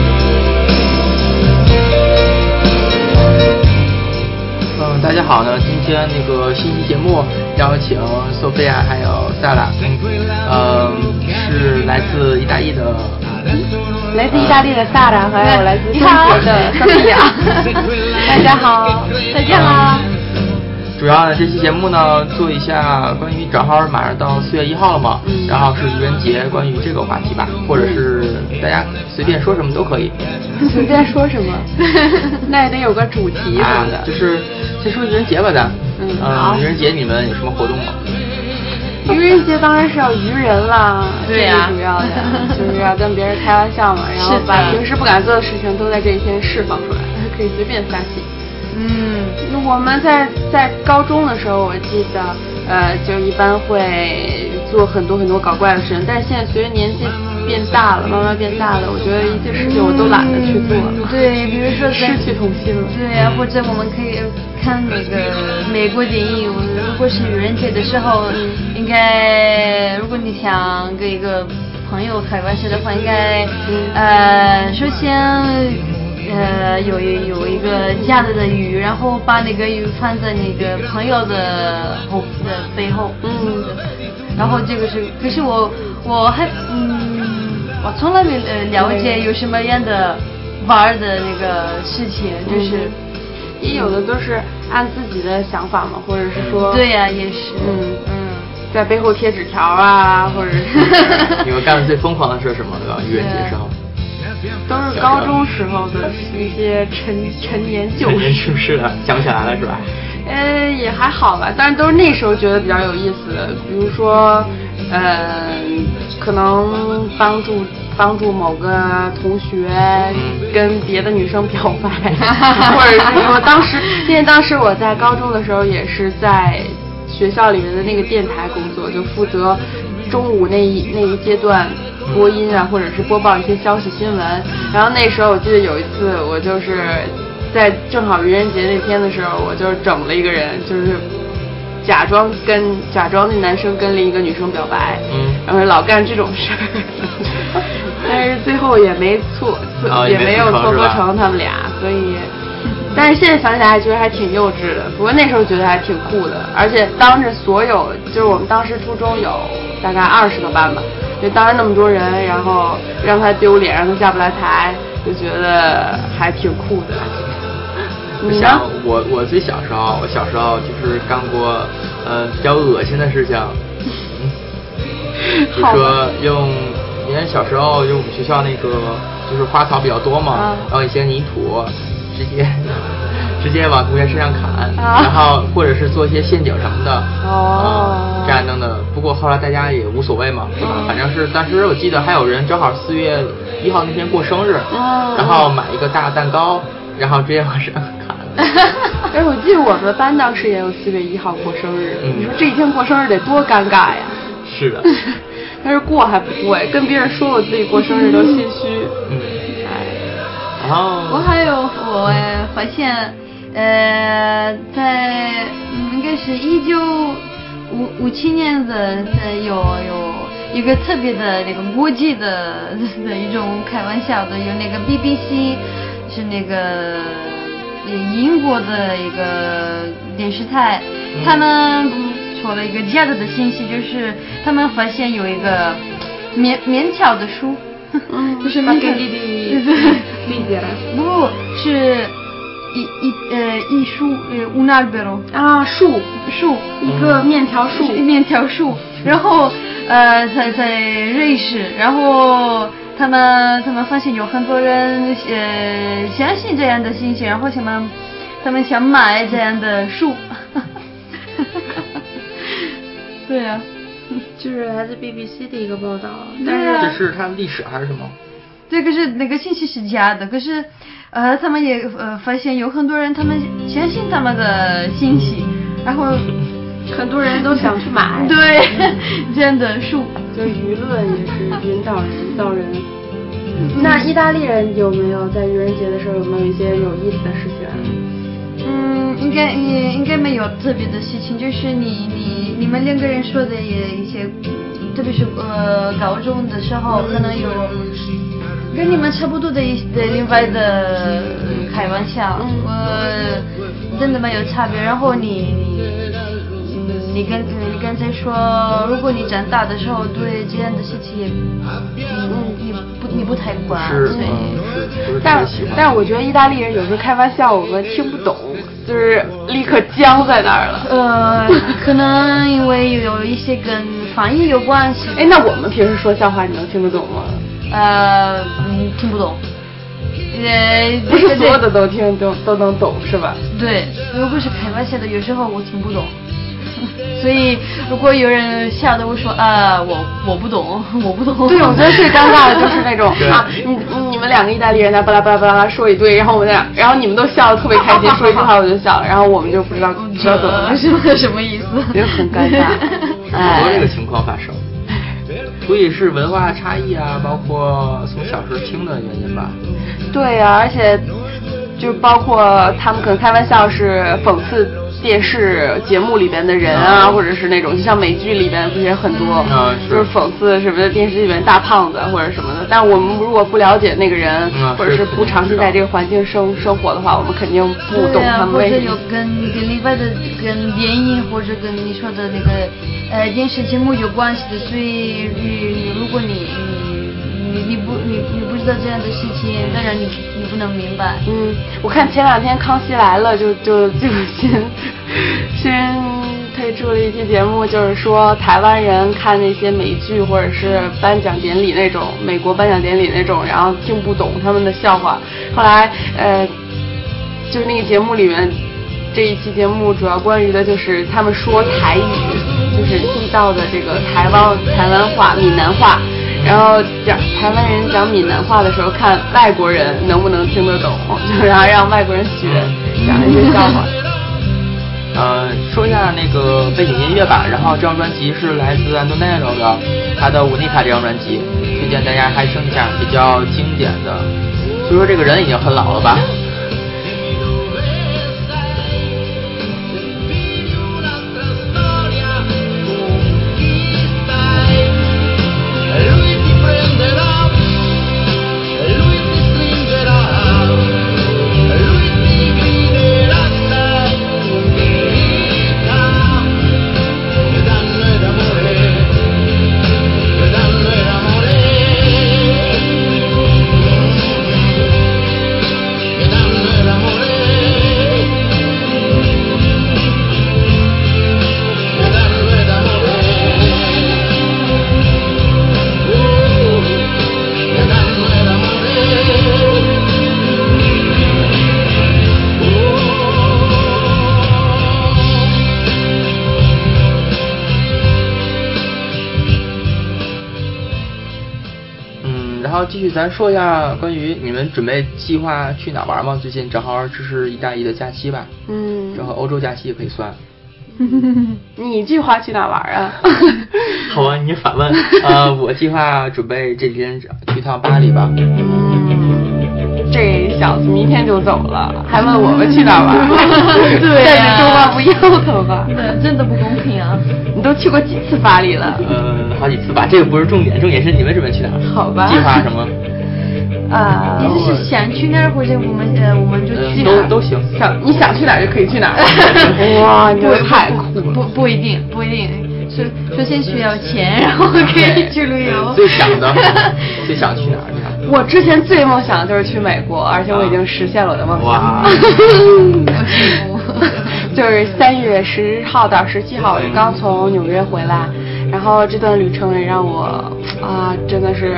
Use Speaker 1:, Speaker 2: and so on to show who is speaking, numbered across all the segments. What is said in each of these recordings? Speaker 1: 嗯些那个信息节目，邀请索菲亚还有萨拉，嗯，是来自意大利的，
Speaker 2: 来自意大利的萨拉，还有来自中国的桑比亚。大家好，
Speaker 3: 再见啦！
Speaker 1: 主要呢，这期节目呢，做一下关于正好马上到四月一号了嘛，
Speaker 2: 嗯
Speaker 1: 然后是愚人节，关于这个话题吧，或者是大家随便说什么都可以。
Speaker 2: 随便说 什么，那也得有个主题什
Speaker 1: 啊
Speaker 2: 么，的
Speaker 1: 就。是先说愚人节吧，咱，
Speaker 2: 嗯
Speaker 1: 嗯，愚人节你们有什么活动 吗？
Speaker 2: 愚人节当然是要愚人啦，
Speaker 3: 对
Speaker 2: 呀、
Speaker 3: 呀
Speaker 2: 主 要的，就是要跟别人开玩笑嘛，然后
Speaker 3: 是的
Speaker 2: 把平时不敢做的事情都在这一天释放出来，可以随便发泄。
Speaker 3: 嗯，
Speaker 2: 我们在在高中的时候，我记得，呃，就一般会做很多很多搞怪的事情，但是现在随着年纪变大了，慢慢变大了，我觉得一些事情我都懒得去做了，
Speaker 3: 嗯对，比如说在
Speaker 2: 失去童心了。
Speaker 3: 对呀、或者我们可以看那个美国电影。如果是愚人节的时候，应该如果你想跟一个朋友开玩笑的话，应该呃，首先呃有一有一个架子的雨，然后把那个雨放在那个朋友的后的背后。
Speaker 2: 嗯
Speaker 3: 然后这个是，可是我我还嗯，我从来没呃了解有什么样的玩儿的那个事情，就是、
Speaker 2: 也有的都是按自己的想法嘛，或者是说，
Speaker 3: 对呀、也是，
Speaker 2: 嗯
Speaker 3: 嗯，
Speaker 2: 在背后贴纸条啊，或者是
Speaker 1: 你们干的最疯狂的事是什么？对吧？愚人节时候，
Speaker 2: 都是高中时候的一些陈陈年旧
Speaker 1: 感觉
Speaker 2: 事。
Speaker 1: 是不是的？想不起来了是吧？
Speaker 2: 呃，也还好吧，但是都是那时候觉得比较有意思的，比如说，呃，可能帮助帮助某个同学跟别的女生表白，或者是我当时，因为当时我在高中的时候也是在学校里面的那个电台工作，就负责中午那一那一阶段播音啊，或者是播报一些消息新闻。然后那时候我记得有一次，我就是在正好愚人节那天的时候，我就是整了一个人，就是假装跟假装那男生跟另一个女生表白，
Speaker 1: 嗯
Speaker 2: 然后老干这种事儿。 但是最后也没错，最
Speaker 1: 啊
Speaker 2: 也
Speaker 1: 也没
Speaker 2: 没有
Speaker 1: 促成
Speaker 2: 撮
Speaker 1: 是
Speaker 2: 合
Speaker 1: 吧
Speaker 2: 成他们俩，所以。但是现在想起来还觉得还挺幼稚的，不过那时候觉得还挺酷的，而且当着所有，就是我们当时初中有大概二十个班吧，就当着那么多人，然后让他丢脸，让他下不来台，就觉得还挺酷的。
Speaker 1: 我
Speaker 2: 你
Speaker 1: 想
Speaker 2: 呢？
Speaker 1: 我我最小时候，我小时候就是干过呃比较恶心的事情，嗯比如
Speaker 2: 好吧
Speaker 1: 说用，因为小时候就我们学校那个就是花草比较多嘛，
Speaker 2: 啊
Speaker 1: 然后一些泥土直接 直接往同学身上砍，
Speaker 2: 啊
Speaker 1: 然后或者是做一些陷阱什么的，
Speaker 2: 哦
Speaker 1: 嗯这样弄的。不过后来大家也无所谓嘛，对吧？
Speaker 2: 嗯
Speaker 1: 反正是当时我记得还有人正好四月一号那天过生日，
Speaker 2: 嗯
Speaker 1: 然后买一个大蛋糕，然后直接往身上砍。
Speaker 2: 哎，我记得我们班当时也有四月一号过生日，
Speaker 1: 嗯
Speaker 2: 你说这一天过生日得多尴尬呀！
Speaker 1: 是 的，
Speaker 2: 但是过还不过呀，跟别人说我自己过生日都心虚。
Speaker 1: 嗯，
Speaker 2: 哎，
Speaker 1: 然
Speaker 3: 我
Speaker 1: 后
Speaker 3: 还有我呃发现，呃，在嗯应该是一九五五七年的呃有有一个特别的那个国际的的一种开玩笑的，有那个 BBC 是那个呃英国的一个电视台，他们不说了一个这样的信息，就是他们发现有一个棉棉条的书。
Speaker 2: 嗯
Speaker 3: 就是
Speaker 2: 把
Speaker 3: 那个
Speaker 2: 给弟弟
Speaker 3: 对对
Speaker 2: 理解了
Speaker 3: 不是一一呃一束呃 un albero
Speaker 2: 啊，树
Speaker 3: 树
Speaker 2: 一个面条树，
Speaker 3: 面条树，然后呃在在瑞士，然后他们他们发现有很多人呃相信这样的信息，然后他们他们想买这样的 树， 对啊呀、
Speaker 2: 就是来自 BBC 的一个报道，
Speaker 3: 对呀、
Speaker 1: 这是它历史还是什么？
Speaker 3: 对，可是那个信息是假的，可是，呃，他们也呃发现有很多人他们相信他们的信息，然后，
Speaker 2: 很多人都想去买，，
Speaker 3: 对， 这样的树，
Speaker 2: 就是舆论也是引导人造人。
Speaker 1: 嗯
Speaker 2: 那意大利人有没有在愚人节的时候有没有一些有意思的事情啊？
Speaker 3: 嗯，应该也应该没有特别的事情，就是你你你们两个人说的也一些，特别是呃高中的时候可能有跟你们差不多的一的另外的开玩笑，
Speaker 2: 嗯
Speaker 3: 我真的没有差别。然后你你嗯你跟你跟谁说，如果你长大的时候对这样的事情也嗯你不你不太管，
Speaker 1: 是
Speaker 3: 所以
Speaker 1: 嗯是不是特
Speaker 2: 但
Speaker 1: 别喜欢？
Speaker 2: 但我觉得意大利人有时候开玩笑我们听不懂，就是立刻僵在那儿了。
Speaker 3: 呃，可能因为有一些跟防疫有关系吧。
Speaker 2: 哎，那我们平时说笑话你能听得懂吗？
Speaker 3: 呃，嗯，听不懂。呃，
Speaker 2: 不是
Speaker 3: 对
Speaker 2: 所有的都听都都能懂是吧？
Speaker 3: 对，如果是开玩笑的，有时候我听 不懂。所以，如果有人笑的我说啊、我我不懂， 我不懂。
Speaker 2: 对，我觉得最尴尬的就是那种
Speaker 1: 对。
Speaker 2: 啊，你你们两个意大利人在巴拉巴拉巴拉说一堆，然后我们俩，然后你们都笑得特别开心，说一句话我就笑了，然后我们就不知道不知道怎么
Speaker 3: 这
Speaker 2: 了，
Speaker 3: 是个什么意思？
Speaker 2: 就很尴 尬
Speaker 1: 很多这
Speaker 2: 哎
Speaker 1: 个，情况发 生，所以是文化差异啊，包括从小时候听的原因吧。
Speaker 2: 对呀、而且就包括他们可能开玩笑是讽刺电视节目里边的人啊，
Speaker 1: 嗯
Speaker 2: 或者是那种就像美剧里边不是也很多，
Speaker 1: 嗯是
Speaker 2: 就是讽刺什么电视里面大胖子或者什么的。但我们如果不了解那个人，
Speaker 1: 嗯
Speaker 2: 或者
Speaker 1: 是
Speaker 2: 是不长期在这个环境生生活的话，我们肯定不
Speaker 3: 对
Speaker 2: 懂
Speaker 3: 啊
Speaker 2: 他们
Speaker 3: 或
Speaker 2: 为
Speaker 3: 者
Speaker 2: 什么
Speaker 3: 有。跟跟另外的跟电影或者跟你说的那个呃电视节目有关系的，所以你如果你你你你不你你不知道这样的事情，当然你你不能明白。
Speaker 2: 嗯，我看前两天《康熙来了》就就就新新推出了一期节目，就是说台湾人看那些美剧或者是颁奖典礼那种美国颁奖典礼那种，然后听不懂他们的笑话。后来呃，就是那个节目里面这一期节目主要关于的就是他们说台语，就是地道的这个台湾台湾话、闽南话。然后讲台湾人讲闽南话的时候，看外国人能不能听得懂，就然后让外国人学讲一些笑话。
Speaker 1: 呃，说一下那个背景音乐吧。然后这张专辑是来自安东尼奥的，他的《文尼塔》这张专辑，推荐大家还听一下，比较经典的。虽说这个人已经很老了吧，
Speaker 4: Lui ti prenderà, lui ti stringerà, lui ti griderà sai, verità, danno ed amore, danno ed amore, danno ed amore, danno ed amore.
Speaker 1: 嗯，然后继续咱说一下关于你们准备计划去哪玩吗？最近正好这是一带一的假期吧，
Speaker 2: 嗯，
Speaker 1: 正好欧洲假期也可以算。
Speaker 2: 你计划去哪玩啊？
Speaker 1: 好啊，你反问。呃，我计划准备这几天去趟巴黎吧。
Speaker 2: 嗯，这小子明天就走了，还问我们去哪玩？
Speaker 3: 对
Speaker 2: 但
Speaker 3: 呀
Speaker 2: 你说话不腰疼吧？
Speaker 3: 对，呃真的不公平啊！
Speaker 2: 你都去过几次巴黎了？
Speaker 1: 呃，好几次吧，这个不是重点，重点是你们准备去哪儿？
Speaker 2: 好吧
Speaker 1: 计划什么？
Speaker 2: 啊
Speaker 3: 你是想去那儿，或者我们呃我们就
Speaker 1: 嗯，
Speaker 3: 去哪儿？
Speaker 1: 都都行。
Speaker 2: 想你想去哪儿就可以去哪儿。 哇，你
Speaker 3: 不
Speaker 2: 太酷了！
Speaker 3: 不不一定不一定，首首先需要钱，然后可以去旅游。
Speaker 1: 最想 的，最想去哪儿？你看，
Speaker 2: 我之前最梦想的就是去美国，而且我已经实现了我的梦想
Speaker 1: 哇。
Speaker 3: 好幸福。
Speaker 2: 就是三月十号到十七号，我刚从纽约回来，然后这段旅程也让我啊、真的是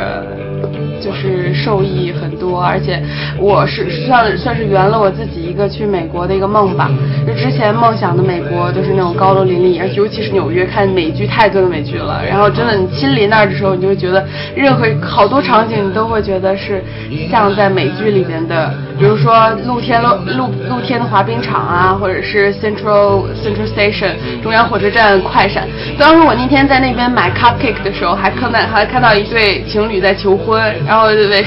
Speaker 2: 就是受益很多，而且我是算算是圆了我自己一个去美国的一个梦吧。就之前梦想的美国就是那种高楼林立，而尤其是纽约，看美剧太多的美剧了。然后真的你亲临那儿的时候，你就会觉得任何好多场景你都会觉得是像在美剧里面的，比如说露天露露露天的滑冰场啊，或者是 Central Central Station 中央火车站快闪。当时我那天在那边买 cupcake 的时候，还看到还看到一对情侣在求婚，然后就被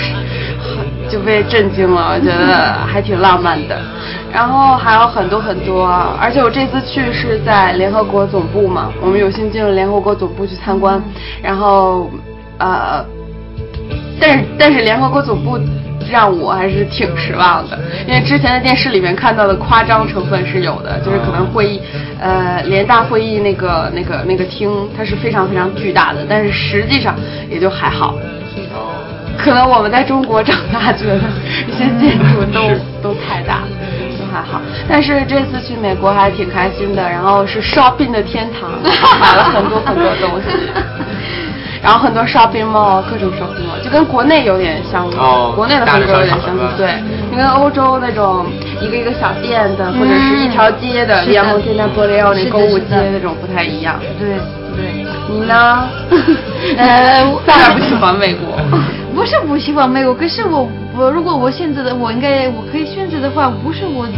Speaker 2: 就被震惊了，我觉得还挺浪漫的。然后还有很多很多，而且我这次去是在联合国总部嘛，我们有幸进了联合国总部去参观，然后呃，但是但是联合国总部让我还是挺失望的，因为之前在电视里面看到的夸张成分是有的，就是可能会议，呃，联大会议那个那个那个厅它是非常非常巨大的，但是实际上也就还好。
Speaker 1: 哦，
Speaker 2: 可能我们在中国长大，觉得一些建筑都
Speaker 1: 是
Speaker 2: 都太大，就还好。但是这次去美国还挺开心的，然后是 shopping 的天堂，买了很多很多东 西，然后很多 shopping mall，各种 shopping mall，就跟国内有点相似，
Speaker 1: 哦
Speaker 2: 国内的风格有
Speaker 1: 大
Speaker 2: 点
Speaker 1: 的商
Speaker 2: 相似
Speaker 1: 场，
Speaker 2: 对，你跟欧洲那种一个一个小店的，或者是一条街的，
Speaker 3: 嗯
Speaker 2: 里昂现在波雷奥
Speaker 3: 是
Speaker 2: 那
Speaker 3: 的
Speaker 2: 购物
Speaker 3: 是
Speaker 2: 街
Speaker 3: 的
Speaker 2: 那种不太一样。
Speaker 3: 对对。
Speaker 2: 你 呢？
Speaker 3: 呃我
Speaker 2: 当然不喜欢美国。
Speaker 3: 不是不喜欢美国，可是我我如果我现在的我应该我可以选择的话，不是我的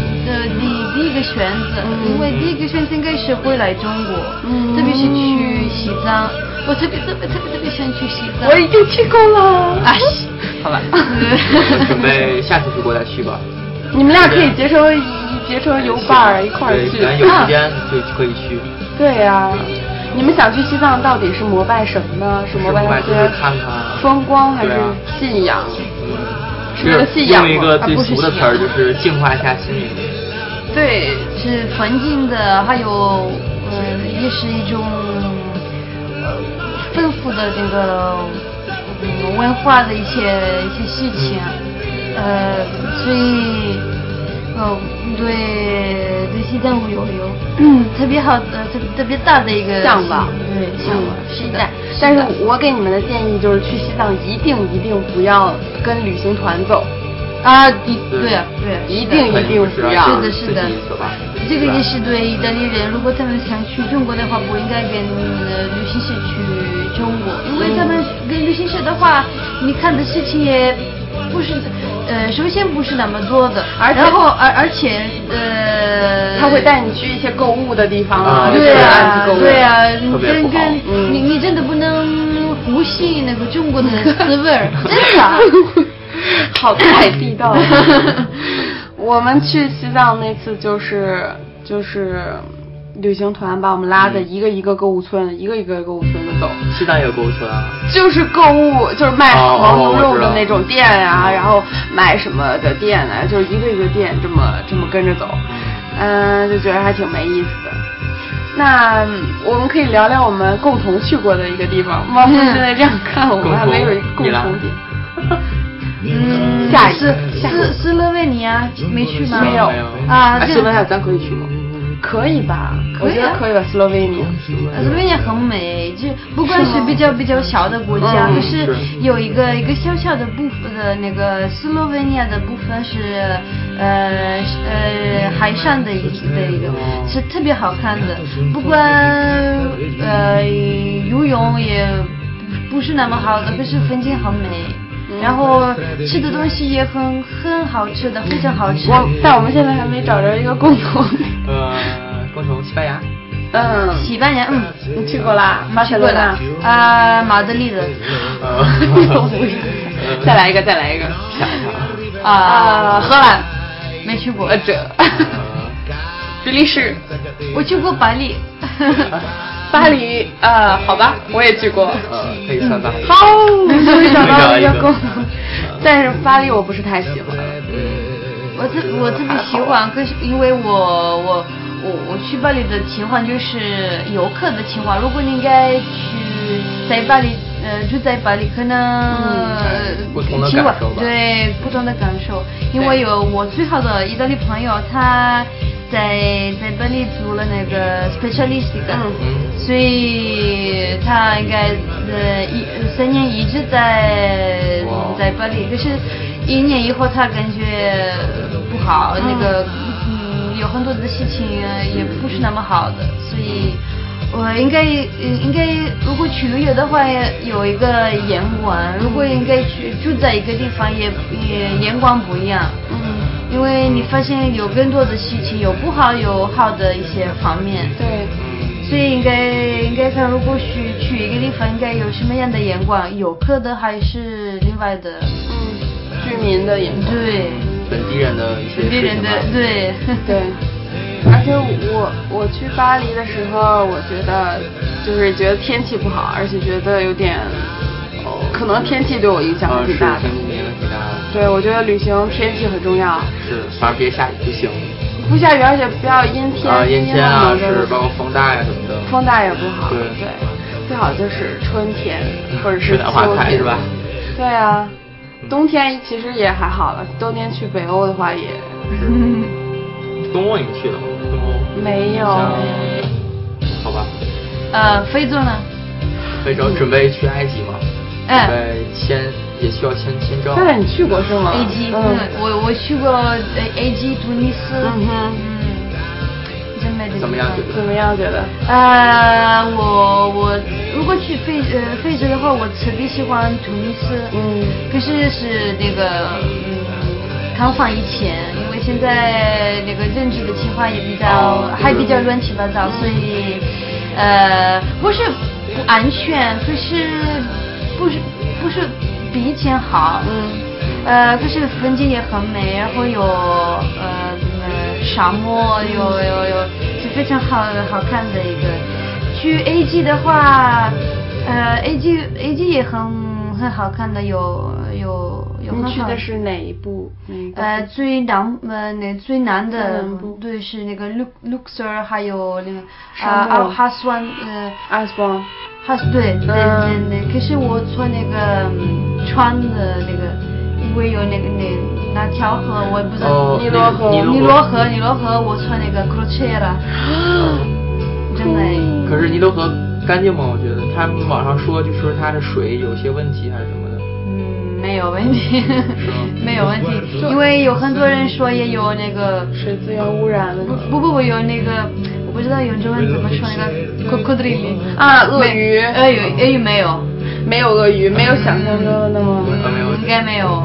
Speaker 3: 第第一个选择，
Speaker 2: 嗯
Speaker 3: 因为第一个选择应该是回来中国，
Speaker 2: 嗯
Speaker 3: 特别是去西藏，我特别特别特别特别想去西藏。
Speaker 2: 我已经去过了。
Speaker 3: 啊，是
Speaker 1: 好 吧
Speaker 3: 嗯
Speaker 1: 准备下次去国再去吧。
Speaker 2: 你们俩可以结成一结成游伴儿一块儿
Speaker 1: 对
Speaker 2: 去。啊
Speaker 1: 咱有时间就可以去。嗯
Speaker 2: 对呀、你们想去西藏到底是膜拜什么呢？是膜拜
Speaker 1: 是膜拜
Speaker 2: 那
Speaker 1: 就是
Speaker 2: 些
Speaker 1: 看看
Speaker 2: 风光，还是
Speaker 1: 对啊
Speaker 2: 信仰？
Speaker 1: 嗯，
Speaker 2: 是为了信仰吗
Speaker 1: 用一个最
Speaker 2: 啊不是
Speaker 1: 俗的词
Speaker 2: 信仰
Speaker 1: 儿，就是净化一下心灵。
Speaker 3: 对，是环境的，还有嗯，也是一种呃丰富的这个嗯文化的一些一些事情，呃，所以呃对对西藏我有 有、特别好的特特别大的一个
Speaker 2: 向往
Speaker 3: 对向往
Speaker 2: 嗯
Speaker 3: 是的，
Speaker 2: 但是
Speaker 3: 的
Speaker 2: 我给你们的建议就是去西藏一定一定不要跟旅行团走，
Speaker 3: 啊的
Speaker 1: 对
Speaker 3: 对啊对啊，
Speaker 2: 嗯一
Speaker 3: 是的
Speaker 2: 定
Speaker 1: 肯定不
Speaker 2: 不要
Speaker 1: 要啊
Speaker 3: 是的，
Speaker 1: 自
Speaker 3: 是
Speaker 1: 己
Speaker 3: 的
Speaker 1: 一次吧。，
Speaker 3: 这个
Speaker 1: 是吧
Speaker 3: 也是对意大利人，如果他们想去中国的话，不应该跟呃旅行社去中国，因为他们跟旅行社的话，你看的事情也不是，呃，首先不是那么多的，
Speaker 2: 而且
Speaker 3: 然后而而且呃，
Speaker 2: 他会带你去一些购物的地方
Speaker 1: 啊
Speaker 2: 就
Speaker 3: 对
Speaker 2: 是安
Speaker 3: 啊
Speaker 2: 置购物
Speaker 3: 对啊，
Speaker 1: 特
Speaker 3: 你
Speaker 1: 别
Speaker 3: 跟
Speaker 1: 不好
Speaker 3: 跟、
Speaker 2: 嗯
Speaker 3: 你你真的不能呼吸那个中国的滋味儿，真的。
Speaker 2: 好太地道啊 了。我们去西藏那次就是就是旅行团把我们拉的一个一个购物村，一个一个购物村的走，
Speaker 1: 西藏也有购物村啊。
Speaker 2: 就是购物就是卖
Speaker 1: 哦
Speaker 2: 牦
Speaker 1: 哦
Speaker 2: 牛
Speaker 1: 我
Speaker 2: 肉
Speaker 1: 知道嗯
Speaker 2: 的那种店呀、然后买什么的店呢、就是一个一个店这么这么跟着走，嗯、就觉得还挺没意思的。那嗯我们可以聊聊我们共同去过的一个地方。猫叔现在这样看我们，还没有一个
Speaker 1: 共同
Speaker 2: 共
Speaker 1: 你来
Speaker 2: 同点。
Speaker 3: 嗯，
Speaker 2: 下一
Speaker 3: 斯
Speaker 2: 个下一个
Speaker 3: 斯斯洛文尼亚啊没去吗？
Speaker 2: 没有
Speaker 1: 没有
Speaker 3: 啊，
Speaker 1: 哎
Speaker 3: 这
Speaker 1: 西班牙咱可以去吗？
Speaker 2: 可以吧？
Speaker 3: 可
Speaker 2: 我
Speaker 3: 以啊
Speaker 2: 觉得可以吧，斯洛维尼亚。
Speaker 3: 斯洛文尼亚很美，就不管是比较比较小的国家，
Speaker 2: 嗯
Speaker 3: 可是
Speaker 1: 是
Speaker 3: 有一个一个小小的部分的那个斯洛文尼亚的部分是呃是呃海上的一的一个是特别好看的，不管呃游泳也不是那么好的，可是风景很美。然后吃的东西也很很好吃的，非常好吃。
Speaker 2: 我但我们现在还没找着一个共同点。
Speaker 1: 呃，共同西班牙。
Speaker 2: 嗯，
Speaker 3: 西班牙，嗯，
Speaker 2: 你去过啦？马
Speaker 3: 去
Speaker 2: 塞
Speaker 3: 过
Speaker 2: 罗
Speaker 3: 的
Speaker 2: 那。，
Speaker 3: 啊，马德里的，
Speaker 1: 呃
Speaker 2: 再来一个，再来一个。
Speaker 1: 想一想啊。
Speaker 2: 啊，
Speaker 3: 啊，
Speaker 2: 荷兰，
Speaker 3: 没去过
Speaker 2: 呃，，这，比利时，
Speaker 3: 我去过巴黎，
Speaker 2: 巴黎，呃，好吧，我也去过。
Speaker 1: 呃，可以算吧。
Speaker 2: 好，我们终于找到了一个共同。但是巴黎我不是太喜欢。
Speaker 3: 我特我特别喜欢，可是因为我我我我去巴黎的情况就是游客的情况，如果你应该去在巴黎。呃，住在巴黎可能、呃
Speaker 1: 嗯不同的
Speaker 3: 情况
Speaker 1: 感受吧
Speaker 3: 对不同的感受，因
Speaker 1: 对
Speaker 3: 为有我最好的意大利朋友，他在在巴黎读了那个 specialistica，、
Speaker 1: 嗯
Speaker 3: 所以他应该呃一呃三年一直在
Speaker 1: 哇
Speaker 3: 在巴黎，可是一年以后他感觉不好，
Speaker 2: 嗯
Speaker 3: 那个嗯有很多的事情呃也不是那么好的，所以我应该呃应该如果去旅游的话有一个眼光，如
Speaker 2: 嗯
Speaker 3: 果应该去住在一个地方也也眼光不一样。
Speaker 2: 嗯，
Speaker 3: 因为你发现有更多的事情，有不好有好的一些方面，
Speaker 2: 对。
Speaker 3: 所以应该应该看，如果去去一个地方，应该有什么样的眼光，游客的还是另外的？
Speaker 2: 嗯，居民的眼光。
Speaker 3: 对，
Speaker 1: 本地人的一些
Speaker 3: 本地人的
Speaker 1: 事情吧
Speaker 3: 对
Speaker 2: 对，而且我我去巴黎的时候，我觉得就是觉得天气不好，而且觉得有点哦可能天气对我影响
Speaker 1: 嗯，
Speaker 2: 挺
Speaker 1: 是
Speaker 2: 大的
Speaker 1: 天。气影响挺大的，
Speaker 2: 对，我觉得旅行天气很重要，
Speaker 1: 是，反正别下雨就行。
Speaker 2: 不下雨而且不要阴天，
Speaker 1: 啊，阴天啊，
Speaker 2: 阴冷
Speaker 1: 是
Speaker 2: 的
Speaker 1: 包括风大呀什么的。
Speaker 2: 风大也不好。
Speaker 1: 对
Speaker 2: 对，最好就是春天或者
Speaker 1: 水
Speaker 2: 是
Speaker 1: 暖花
Speaker 2: 秋
Speaker 1: 开
Speaker 2: 天
Speaker 1: 是吧？嗯
Speaker 2: 对啊，冬天其实也还好了，冬天去北欧的话也
Speaker 1: 东欧你们去了吗？东欧
Speaker 2: 没有。
Speaker 1: 像好吧，
Speaker 3: 呃，非洲呢？
Speaker 1: 非洲准备去埃及吗？
Speaker 3: 哎
Speaker 1: 准备签也需要签签证。
Speaker 2: 大啊大，你去过是吗？
Speaker 3: 埃及，
Speaker 2: 嗯
Speaker 3: 嗯，我我去过埃埃及、突尼斯，
Speaker 2: 嗯哼
Speaker 3: 嗯，真没得
Speaker 1: 怎么样
Speaker 3: 地方
Speaker 1: 觉
Speaker 2: 怎么样？觉得？
Speaker 3: 呃，我我如果去非呃非洲的话，我特别喜欢突尼斯，
Speaker 2: 嗯
Speaker 3: 可是是那个嗯，开放以前，因为现在那个政治的情况也比较、
Speaker 1: 哦
Speaker 3: 还比较乱七八糟，所以呃不是不安全，可是不是不是比以前好，
Speaker 2: 嗯
Speaker 3: 呃，可是风景也很美，然后有呃嗯沙漠，有有有是非常好好看的一个。去 A G 的话，呃 A G A G 也很很好看的，有有有很好。
Speaker 2: 你去的是哪一部？哪个？
Speaker 3: 呃，最南呃那最南的
Speaker 2: 南部
Speaker 3: 对是那个 Lux Luxor，还有那个
Speaker 2: 沙
Speaker 3: 啊
Speaker 2: 漠
Speaker 3: 阿哈斯湾呃
Speaker 2: 阿斯邦。
Speaker 3: 哈斯对对对
Speaker 2: 嗯
Speaker 3: 对，可是我坐那个嗯船的那个，因为有那个那那条河，我也不知道。
Speaker 1: 哦，
Speaker 2: 尼
Speaker 1: 那
Speaker 2: 罗
Speaker 1: 个
Speaker 2: 河
Speaker 1: 尼
Speaker 3: 尼
Speaker 1: 罗
Speaker 3: 罗河，尼罗河，我坐那个 c r o c h e r a 真美。
Speaker 1: 可是尼罗河干净吗？我觉得他们网上说就说它的水有些问题还是什么的。
Speaker 3: 嗯，没有问题
Speaker 1: 是 吗，
Speaker 3: 没有问题，因为有很多人说也有那个
Speaker 2: 水资源污染问题。
Speaker 3: 不不不，有那个，我不知道有中文怎么说那个 crocodile
Speaker 2: 啊鳄鱼
Speaker 3: 鳄鱼，鳄鱼没呃有，嗯
Speaker 2: 没有鳄鱼，没有想象中的那么。
Speaker 1: 啊没有
Speaker 3: 应该没有。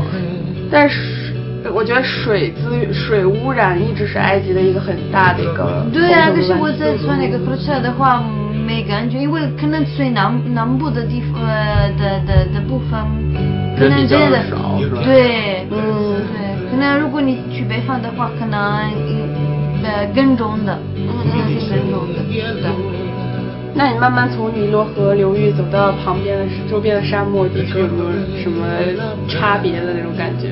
Speaker 2: 但是我觉得水资水污染一直是埃及的一个很大的一个。
Speaker 3: 对啊，可是我在说那个 c r o c h e 的话没感觉，因为可能最南南部的地方呃的的的部分，可能真的
Speaker 1: 人比较少是吧
Speaker 3: 对，
Speaker 2: 嗯
Speaker 3: 对，可能如果你去北方的话，可能嗯呃更重的，嗯嗯是更重的，是的。
Speaker 2: 那你慢慢从尼罗河流域走到旁边的周边的沙漠地区，有没有什么差别的那种感觉？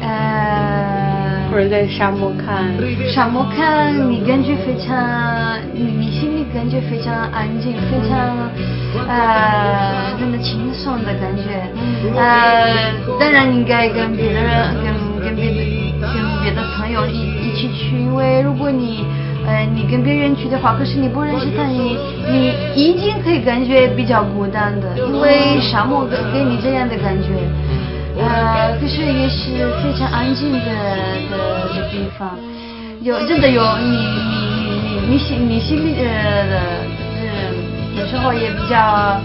Speaker 3: 呃，
Speaker 2: 或者在沙漠看，
Speaker 3: 沙漠看你感觉非常，你你心里感觉非常安静，非常呃，真的轻松的感觉。呃，当然应该跟别的人，跟跟别的跟别的朋友一一起去，因为如果你呃你跟别人去的话，可是你不认识他，你你已经可以感觉比较孤单的，因为沙漠给给你这样的感觉。呃，可是也是非常安静的的的地方，有真的有你你你你你心你心里呃的，嗯，有时候也比较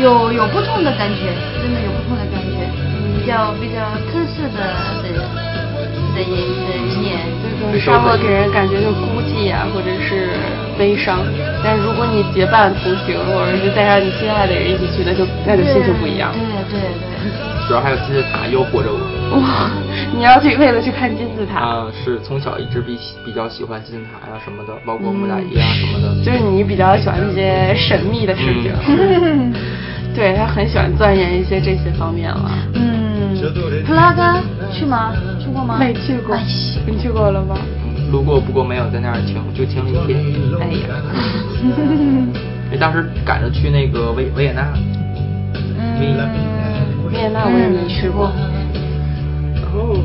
Speaker 3: 有有不同的感觉，真的有不同的感觉，比较比较特色的的的也的也
Speaker 2: 那种沙漠给人感觉就孤寂啊，或者是悲伤。但如果你结伴同行，或者是带上你心爱的人一起去，那就那就心情不一样。
Speaker 3: 对对对，
Speaker 1: 主要还有金字塔诱惑着我。
Speaker 2: 哇，你要去为了去看金字塔，
Speaker 1: 啊，是从小一直比比较喜欢金字塔呀、什么的，包括木乃伊啊什么的。
Speaker 2: 就是你比较喜欢这些神秘的事情。嗯 对他很喜欢钻研一些这些方面了。
Speaker 3: 嗯，普拉嘎去吗？去过吗？
Speaker 2: 没去过
Speaker 3: 哎，
Speaker 2: 你去过了吗？
Speaker 1: 嗯路过，不过没有在那儿停，就停了一天。哎呀，因为哎当时赶着去那个维维也纳，
Speaker 3: 嗯，
Speaker 2: 维也纳我也没去过。
Speaker 1: 哦，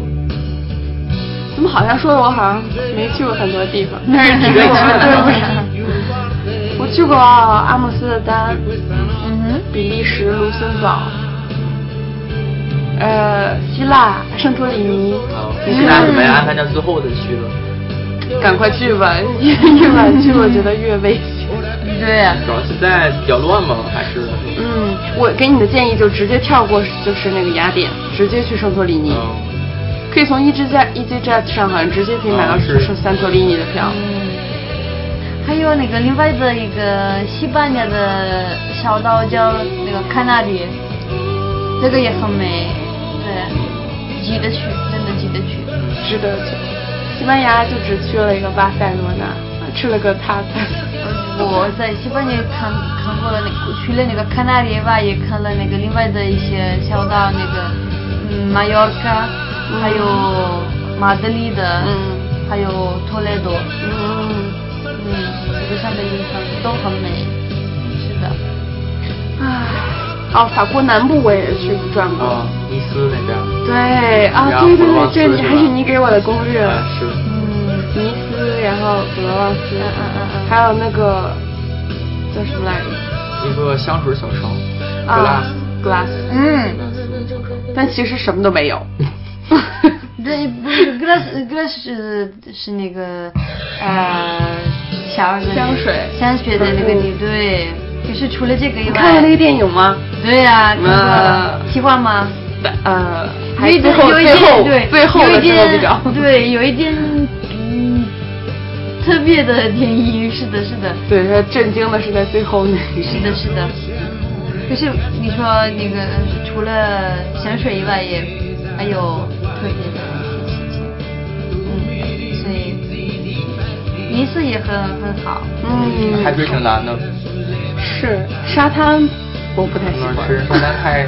Speaker 2: 怎么好像说的我好像没去过很多地 方，但是
Speaker 1: 你
Speaker 2: 你
Speaker 1: 没去
Speaker 2: 没
Speaker 1: 过
Speaker 2: 去过，对不是？我去过阿姆斯特丹、
Speaker 3: 嗯哼。
Speaker 2: 比利时卢森堡，呃，希腊圣托里尼。嗯
Speaker 1: 啊，你俩准备安排到最后的去了，
Speaker 2: 赶快去吧，越晚去我觉得越危险。啊
Speaker 3: 对呀、
Speaker 1: 主要现在比较乱嘛，还是
Speaker 2: 嗯，我给你的建议就直接跳过，就是那个雅典，直接去圣托里尼，
Speaker 1: 嗯，
Speaker 2: 可以从 EasyJet EasyJet 上好像直接可以买到
Speaker 1: 啊是
Speaker 2: 圣三托里尼的票。
Speaker 3: 还有那个另外的一个西班牙的小岛叫那个卡纳里，这个也很美，对，记
Speaker 1: 嗯
Speaker 3: 得去，真的记得去。
Speaker 2: 值得去。西班牙就只去了一个巴塞罗那，吃了个塔塔。
Speaker 3: 我在西班牙看看过了那个，去了那个卡纳里吧，也看了那个另外的一些小岛，那个嗯马约尔卡，还有马德里的，
Speaker 2: 嗯
Speaker 3: 还有托雷多，
Speaker 2: 嗯，
Speaker 3: 嗯，路上的印象都很美。是的，
Speaker 2: 唉，哦，法国南部我也去转过。
Speaker 1: 啊，尼斯那边。
Speaker 2: 对啊
Speaker 1: 然，后
Speaker 2: 对对
Speaker 1: 普罗旺
Speaker 2: 对，
Speaker 1: 斯
Speaker 2: 这
Speaker 1: 是
Speaker 2: 还
Speaker 1: 吧
Speaker 2: 是你给我的攻略。
Speaker 1: 啊是。
Speaker 3: 嗯，
Speaker 2: 尼斯，然后普罗旺斯，
Speaker 3: 嗯嗯嗯嗯
Speaker 2: 还有那个叫什么来着？
Speaker 1: 一个香水小城，格拉
Speaker 2: 啊
Speaker 1: 斯。
Speaker 2: ，glass，
Speaker 3: 嗯，
Speaker 2: 但其实什么都没 有。
Speaker 3: 这不是 glass glass 是是那个呃小的那个
Speaker 2: 香水
Speaker 3: 香水的那个
Speaker 2: 嗯
Speaker 3: 地对，就是除了这个以
Speaker 2: 你
Speaker 3: 外，
Speaker 2: 看过那个电影吗？
Speaker 3: 对呀、看过了
Speaker 2: 嗯
Speaker 3: 喜欢吗？
Speaker 2: 呃，
Speaker 3: 有
Speaker 2: 还
Speaker 3: 一
Speaker 2: 最
Speaker 3: 点，
Speaker 2: 后
Speaker 3: 有一
Speaker 2: 最后
Speaker 3: 点，对，
Speaker 2: 最后
Speaker 3: 有
Speaker 2: 的
Speaker 3: 一
Speaker 2: 时候比较
Speaker 3: 点，对，有一点，嗯，特别的电影，是的，是的，
Speaker 2: 对，他震惊的是在最后那一
Speaker 3: 是的，是的。可是你说那个除了潜水以外也，还有特别的一些事情，嗯，所以尼斯也很很好，
Speaker 2: 嗯，
Speaker 1: 还挺难的，
Speaker 2: 是沙滩，我不太喜
Speaker 1: 那
Speaker 2: 欢。
Speaker 1: 吃沙滩太太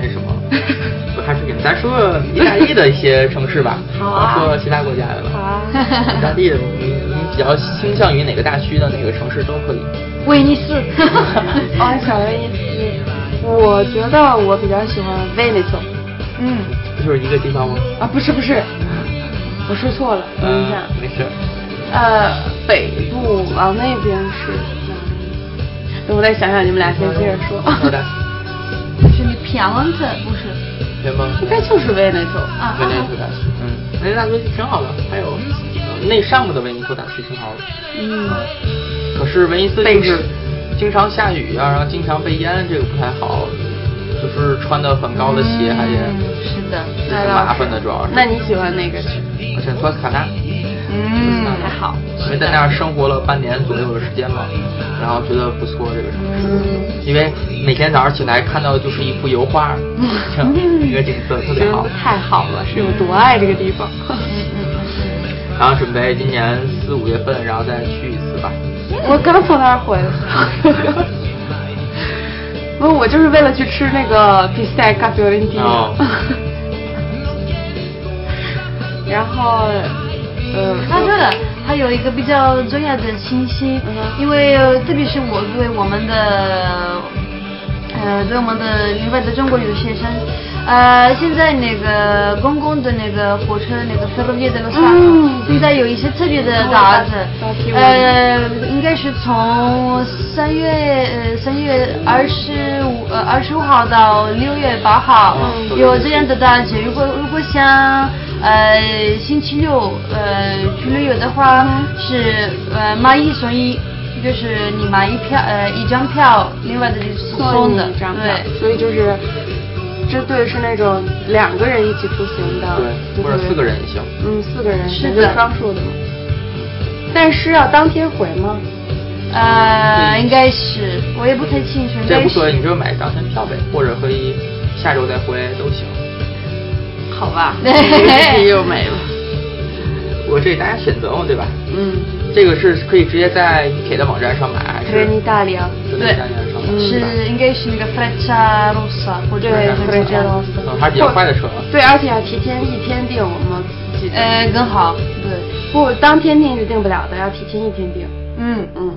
Speaker 1: 那什么了。不太是给咱说意大利的一些城市吧，
Speaker 2: 好啊
Speaker 1: 说其他国家的吧。
Speaker 2: 好啊
Speaker 1: 意大利，你你比较倾向于哪个大区的哪个城市都可以。
Speaker 3: 威尼斯，
Speaker 2: 哦，小的意思， 我觉得我比较喜欢 Veneto
Speaker 3: 嗯，
Speaker 1: 这就是一个地方吗？
Speaker 2: 啊，不是不是，我说错了，等一下，
Speaker 1: 嗯没事。
Speaker 2: 呃，北部往那边是哪里？等我再想想，你们俩先接着说。
Speaker 1: 好的。
Speaker 3: 是你皮亚蒙特不是
Speaker 1: 对吗？
Speaker 2: 应该就是 Veneto。
Speaker 3: 啊？
Speaker 1: 维内特大区，嗯，维内特大区挺好的，还有呃内上部的维尼特大区挺好的。啊
Speaker 2: 嗯，
Speaker 1: 可是威尼斯
Speaker 2: 被
Speaker 1: 就是
Speaker 2: 是
Speaker 1: 经常下雨啊，然后经常被淹，这个不太好。就是穿的很高的鞋，还得
Speaker 3: 嗯，是的，
Speaker 1: 挺麻烦的，主要是。
Speaker 2: 那你喜欢哪个区？
Speaker 1: 我选托斯卡纳，
Speaker 3: 嗯，
Speaker 2: 还好。
Speaker 1: 因为在那儿生活了半年左右的时间嘛，然后觉得不错这个城市，
Speaker 2: 嗯，
Speaker 1: 因为每天早上起来看到的就是一幅油 画，这样一个景色特别
Speaker 2: 真
Speaker 1: 好嗯
Speaker 2: 的。嗯太好了，是有多爱这个地方。
Speaker 1: 然后准备今年四五月份，然后再去一次吧。
Speaker 2: 我刚从那儿回 来。不，我就是为了去吃那个比赛咖啡伦蒂
Speaker 1: 哦。
Speaker 2: 然后，呃，
Speaker 3: 啊，对了，还有一个比较重要的信息，
Speaker 2: 嗯哼
Speaker 3: 因为呃特别是我对我们的，呃，对我们的另外的中国留学生，呃，现在那个公共的那个火车那个 ferroviaria 的路上，
Speaker 2: 嗯
Speaker 3: 现在有一些特别的搭子
Speaker 2: 搭地，铁
Speaker 3: 呃，应该是从三月呃三月二十五呃二十五号到六月八号，
Speaker 1: 嗯
Speaker 3: 有这样的搭子，如果如果想。呃，星期六呃去旅游的话
Speaker 2: 嗯
Speaker 3: 是呃买一送一，就是你买一票呃一张票，另外的就是送
Speaker 2: 送
Speaker 3: 的，
Speaker 2: 你一张票
Speaker 3: 对，，
Speaker 2: 所以就是，这对是那种两个人一起出行的，
Speaker 1: 对，
Speaker 2: 就
Speaker 1: 或者
Speaker 2: 是
Speaker 1: 四个人也行。
Speaker 2: 嗯，四个人
Speaker 3: 是的
Speaker 2: 就是双数的嘛。但是要当天回吗？
Speaker 3: 呃应该是我也不太清楚，应
Speaker 1: 这
Speaker 3: 该
Speaker 1: 也不可以，
Speaker 3: 是
Speaker 1: 你就买当天票呗，或者可以下周再回都行。
Speaker 2: 好 吧，
Speaker 3: 对
Speaker 2: 这又没了。
Speaker 1: 我这给大家选择嘛，对吧？
Speaker 2: 嗯，
Speaker 1: 这个是可以直接在铁的网站上买，还是
Speaker 2: 可是你大理啊，
Speaker 1: 就在大街上买？
Speaker 2: 嗯
Speaker 1: 是吧
Speaker 3: 是应该是那个 Freccia Rossa 或者
Speaker 2: 对
Speaker 3: 是
Speaker 1: 嗯
Speaker 2: Freccia Rossa
Speaker 1: 嗯，还是比较快的车。
Speaker 2: 对，而且要提前一天订，我们自己
Speaker 3: 呃更好，对，
Speaker 2: 不当天订是订不了的，要提前一天订。
Speaker 3: 嗯
Speaker 2: 嗯，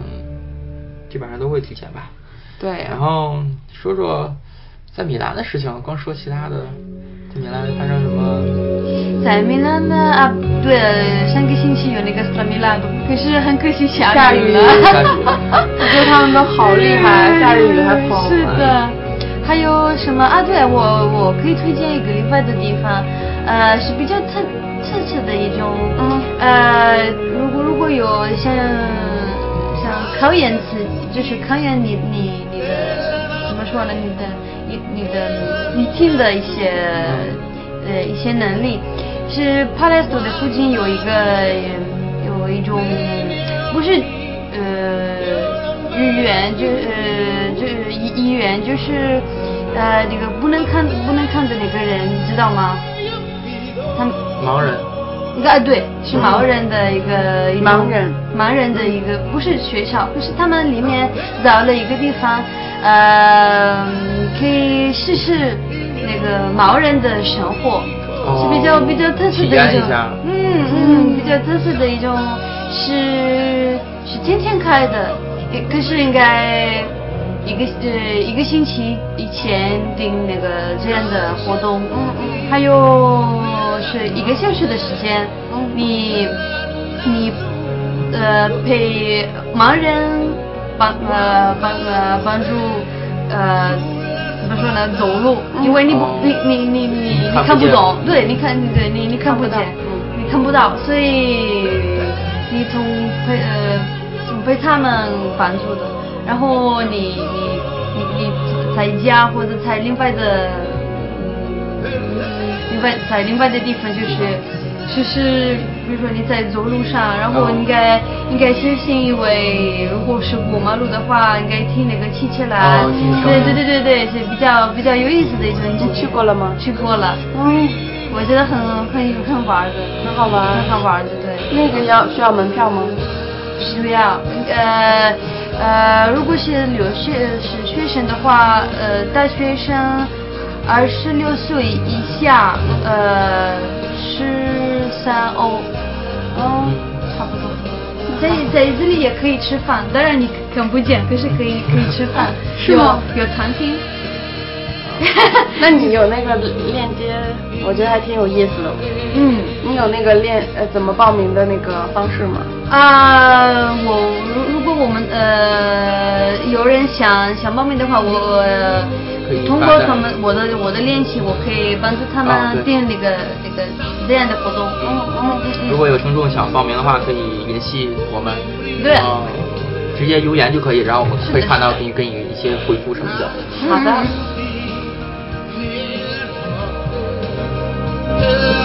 Speaker 1: 基本上都会提前吧。
Speaker 2: 对。
Speaker 3: 啊
Speaker 1: 然后说说在米兰的事情，光说其他的，在米兰发生什么？
Speaker 3: 在米兰呢啊，对，上个星期有那个 s t r a m i l a 可是很可惜
Speaker 2: 下
Speaker 3: 下
Speaker 2: 雨
Speaker 3: 雨
Speaker 2: 了
Speaker 3: 了。
Speaker 1: 下雨
Speaker 2: 我觉得他们都好厉害，下着雨还跑完
Speaker 3: 是的，还有什么啊？对，我我可以推荐一个另外的地方，呃，是比较特特色的一种，
Speaker 2: 嗯
Speaker 3: 呃，如果如果有像像考验自己，就是考验你你你的怎么说呢？你的你你的你听的一些呃一些能力，是帕莱索的附近有一个有一种不是呃日元就呃就是医医院就是呃那个不能看不能看的那个人，你知道吗？他们
Speaker 1: 盲人，
Speaker 3: 一个啊对，是盲人的一个一种
Speaker 2: 盲人
Speaker 3: 盲人的一个不是学校，就是他们里面找了一个地方，呃，可以试试那个毛人的生活，
Speaker 1: 哦
Speaker 3: 是比较比较特色
Speaker 1: 体
Speaker 3: 的
Speaker 1: 验
Speaker 3: 一
Speaker 1: 一
Speaker 3: 种
Speaker 1: 下，
Speaker 3: 嗯嗯，比较特色的一种是是今天开的，也可是应该。一个呃一个星期以前订那个这样的活动，嗯嗯，还有是一个小时的时间，你你呃陪盲人帮呃帮呃帮助呃怎么说呢走路，因为你不
Speaker 1: 哦
Speaker 3: 你你你你你
Speaker 1: 看不
Speaker 3: 看不
Speaker 1: 见
Speaker 3: 懂，对，你看对你你看不见
Speaker 2: 看不到嗯，
Speaker 3: 你看不到，所以你从陪呃从被他们帮助的，然后你你你你在家或者在另外的另外在另外的地方就是就是比如说你在走路上，然后
Speaker 1: 嗯
Speaker 3: 应该、应该小心，因为如果是过马路的话，应该听那个汽车来，
Speaker 1: 哦听声
Speaker 3: 对
Speaker 1: 音
Speaker 3: 对对对对，是比较比较有意思的一种。
Speaker 2: 你去过了吗
Speaker 3: 去过了，
Speaker 2: 嗯，
Speaker 3: 我觉得很很有很玩的，
Speaker 2: 很好玩
Speaker 3: 很好玩的，对。
Speaker 2: 那个要需要门票吗？
Speaker 3: 需要，呃呃，如果是留学是学生的话，呃，大学生二十六岁以下，呃，十三欧，哦，差不多。在在这里也可以吃饭，当然你看不见，可是可以可以吃 饭，
Speaker 2: 是吗
Speaker 3: 有有餐厅。
Speaker 2: 那你有那个链接，我觉得还挺有意思的。
Speaker 3: 嗯。
Speaker 2: 你有那个链呃怎么报名的那个方式吗？
Speaker 3: 啊，我如如果我们呃有人想想报名的话，我呃
Speaker 1: 可以
Speaker 3: 通
Speaker 1: 发
Speaker 3: 过
Speaker 1: 弹
Speaker 3: 他们我的我的练习，我可以帮助他
Speaker 1: 啊对
Speaker 3: 们定那个那个这样的活动。嗯嗯嗯。
Speaker 1: 如果有听众想报名的话，可以联系我们，
Speaker 3: 对
Speaker 1: 然后啊直接留言就可以，然后我们会看到给你给你一些回复什么的。
Speaker 3: 好的。
Speaker 4: 嗯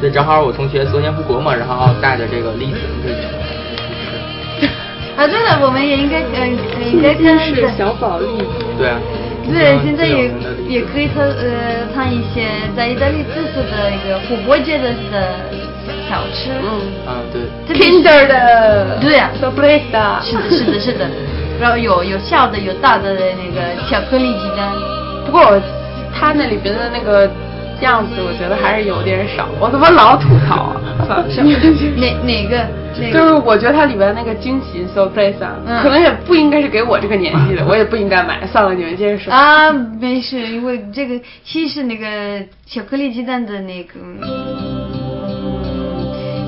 Speaker 1: 对，正好我同学昨天回国嘛，然后带着这个栗子就
Speaker 3: 啊，对了，我们也应该呃呃应该跟在
Speaker 2: 宝莉，
Speaker 1: 对啊，
Speaker 3: 对
Speaker 1: 嗯，
Speaker 3: 现在也
Speaker 1: 这种的
Speaker 3: 也可以参呃参一些在意大利特色的一个火锅界的的小吃。
Speaker 2: 嗯
Speaker 1: 啊对，
Speaker 3: 特别是
Speaker 2: ，Kinder 的，
Speaker 3: 对呀
Speaker 2: s o p r e s a
Speaker 3: 是的，是的，是的。然后有有小的，有大的那个巧克力鸡蛋。
Speaker 2: 不过我他那里边的那个样子，我觉得还是有点少。我怎么老吐槽 啊？算了，
Speaker 3: 哪哪个？哪
Speaker 2: 就是
Speaker 3: 个？
Speaker 2: 我觉得它里边那个惊喜 surprise 啊，
Speaker 3: 嗯
Speaker 2: 可能也不应该是给我这个年纪的，我也不应该买。算了，你们接着说。
Speaker 3: 啊，没事，因为这个其实那个巧克力鸡蛋的那个，嗯，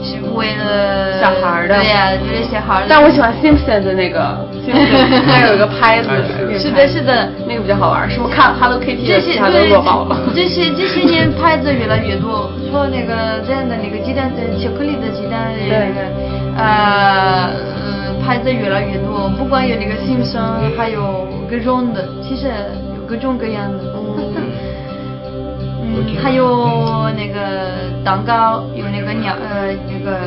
Speaker 3: 是为了
Speaker 2: 小孩儿的
Speaker 3: 对呀、就是小孩儿的。
Speaker 2: 但我喜欢 Simpson 的那个 ，Simpson 它有一个拍子
Speaker 1: 哎，是
Speaker 2: 那个
Speaker 3: 是
Speaker 2: 拍
Speaker 3: 的，
Speaker 2: 子
Speaker 3: 是的。
Speaker 2: 那个比较好玩，是不是看 Hello Kitty
Speaker 3: 这
Speaker 2: 的
Speaker 3: 些
Speaker 2: 其他都落爆了？
Speaker 3: 对，这些这些年牌子越来越多，说那个这样的那个鸡蛋的巧克力的鸡蛋那
Speaker 2: 对
Speaker 3: 个呃呃牌子越来越多，不管有那个新生，还有各种的，其实有各种各样 的。嗯，还有那个蛋糕，有那个鸟呃那个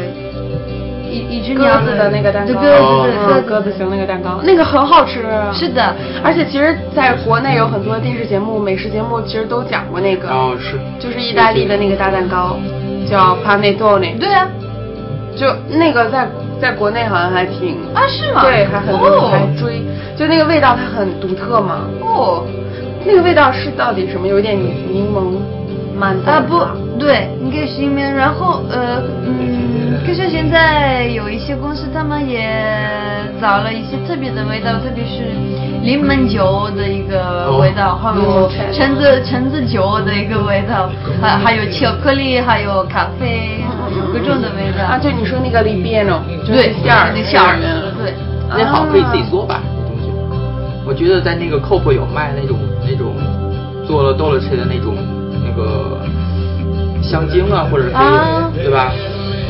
Speaker 3: 一一只
Speaker 2: 鸽
Speaker 3: 鸟
Speaker 2: 子的那个蛋糕，
Speaker 3: 鸽子
Speaker 1: 哦
Speaker 3: 的
Speaker 2: 嗯鸽子型那个蛋糕，那个很好吃。
Speaker 3: 是的，
Speaker 2: 而且其实在国内有很多电视节目、美食节目，其实都讲过那个，
Speaker 1: 然后是
Speaker 2: 就是意大利的那个大蛋糕，叫 panettone，
Speaker 3: 对啊，
Speaker 2: 就那个在在国内好像还挺，
Speaker 3: 啊是吗？
Speaker 2: 对，还很多人还
Speaker 3: 哦
Speaker 2: 追，就那个味道它很独特嘛，
Speaker 3: 哦。
Speaker 2: 那个味道是到底什么？有一点柠檬满
Speaker 3: 啊不对，应该是因为然后呃嗯，可是现在有一些公司他们也找了一些特别的味道，特别是柠檬酒的一个
Speaker 2: 哦
Speaker 3: 味道，还有
Speaker 2: 柠檬茶
Speaker 3: 橙子橙子酒的一个味道，
Speaker 2: 嗯
Speaker 3: 还还有巧克力，还有咖啡，各种的味道。
Speaker 2: 啊，就你说那个 libiano，就是
Speaker 3: 对
Speaker 2: 馅儿，
Speaker 3: 那馅儿对
Speaker 2: 啊
Speaker 1: 那好像可以自己做吧，这东西。我觉得在那个 COP 有卖那种那种做了豆了切的那种那个香精啊，或者是、
Speaker 3: 啊
Speaker 1: 对吧？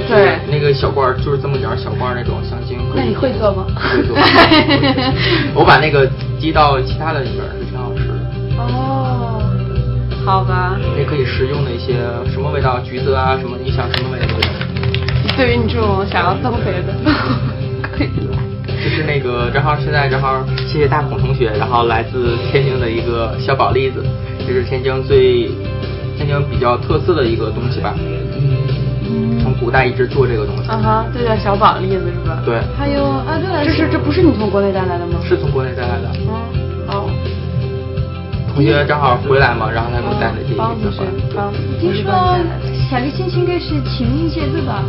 Speaker 2: 对
Speaker 1: 那个小罐儿就是这么点儿小罐儿那种香精，可
Speaker 2: 那
Speaker 1: 以
Speaker 2: 你会做吗？
Speaker 1: 会 做。我把那个滴到其他的里边儿，是挺好吃的。
Speaker 2: 哦，好吧。
Speaker 1: 也可以食用的一些什么味道，橘子啊，什么你想什么味道都有。
Speaker 2: 对于你这种想要增肥的，可以
Speaker 1: 个正好现在正好谢谢大孔同学，然后来自天津的一个小宝栗子，这是天津最天津比较特色的一个东西吧，从古代一直做这个东西，
Speaker 2: 啊哈，这叫小宝栗子是吧？
Speaker 1: 对，
Speaker 3: 还有啊，对了，
Speaker 2: 这是这不是你从国内带来的吗？
Speaker 1: 是从国内带来的。
Speaker 2: 嗯，哦，
Speaker 1: 同学正好回来嘛，然后他给我带了这一
Speaker 2: 帮
Speaker 1: 个回
Speaker 2: 同学
Speaker 1: 来，，
Speaker 2: 帮
Speaker 1: 对，
Speaker 3: 听说下个星期应该是清明节对吧？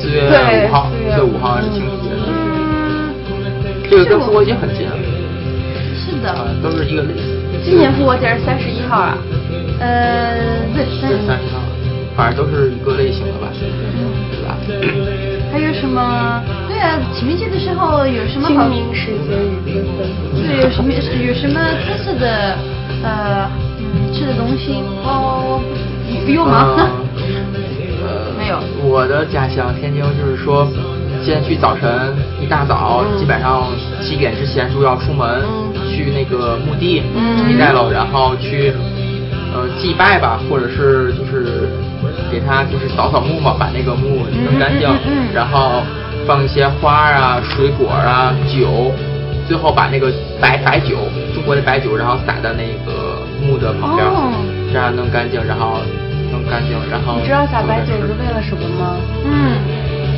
Speaker 1: 四月
Speaker 2: 对
Speaker 1: 五号，
Speaker 2: 四
Speaker 1: 四
Speaker 2: 月
Speaker 1: 月五号是清明节，
Speaker 3: 嗯，
Speaker 1: 这个跟复活节很近，
Speaker 3: 是
Speaker 1: 啊
Speaker 3: 的，，
Speaker 1: 都是一个类似。
Speaker 2: 今年复活节是三十一号啊。
Speaker 3: 呃，对，但
Speaker 1: 对，三十号，反正都是一个类型的吧，对吧？
Speaker 3: 还有什么？对啊，清明节的时候有什么
Speaker 2: 清？
Speaker 3: 好
Speaker 2: 明时节雨纷纷。
Speaker 3: 对，有什么有什么特色的呃嗯吃的东西？哦，有有吗？
Speaker 1: 呃，
Speaker 3: 没有
Speaker 1: 我的家乡天津就是说，先去早晨一大早，基本上七点之前就要出门、
Speaker 3: 嗯
Speaker 1: 去那个墓地，
Speaker 2: 嗯
Speaker 1: 一带楼，然后去呃祭拜吧，或者是就是给他就是扫扫墓嘛，把那个墓弄干净，
Speaker 3: 嗯嗯嗯嗯
Speaker 1: 然后放一些花儿啊、水果儿啊、酒，最后把那个白白酒，中国的白酒，然后撒在那个墓的旁边儿，
Speaker 3: 哦
Speaker 1: 这样弄干净，然后弄干净，然后
Speaker 2: 你知道撒白酒是
Speaker 1: 就
Speaker 2: 为了什么吗？
Speaker 3: 嗯，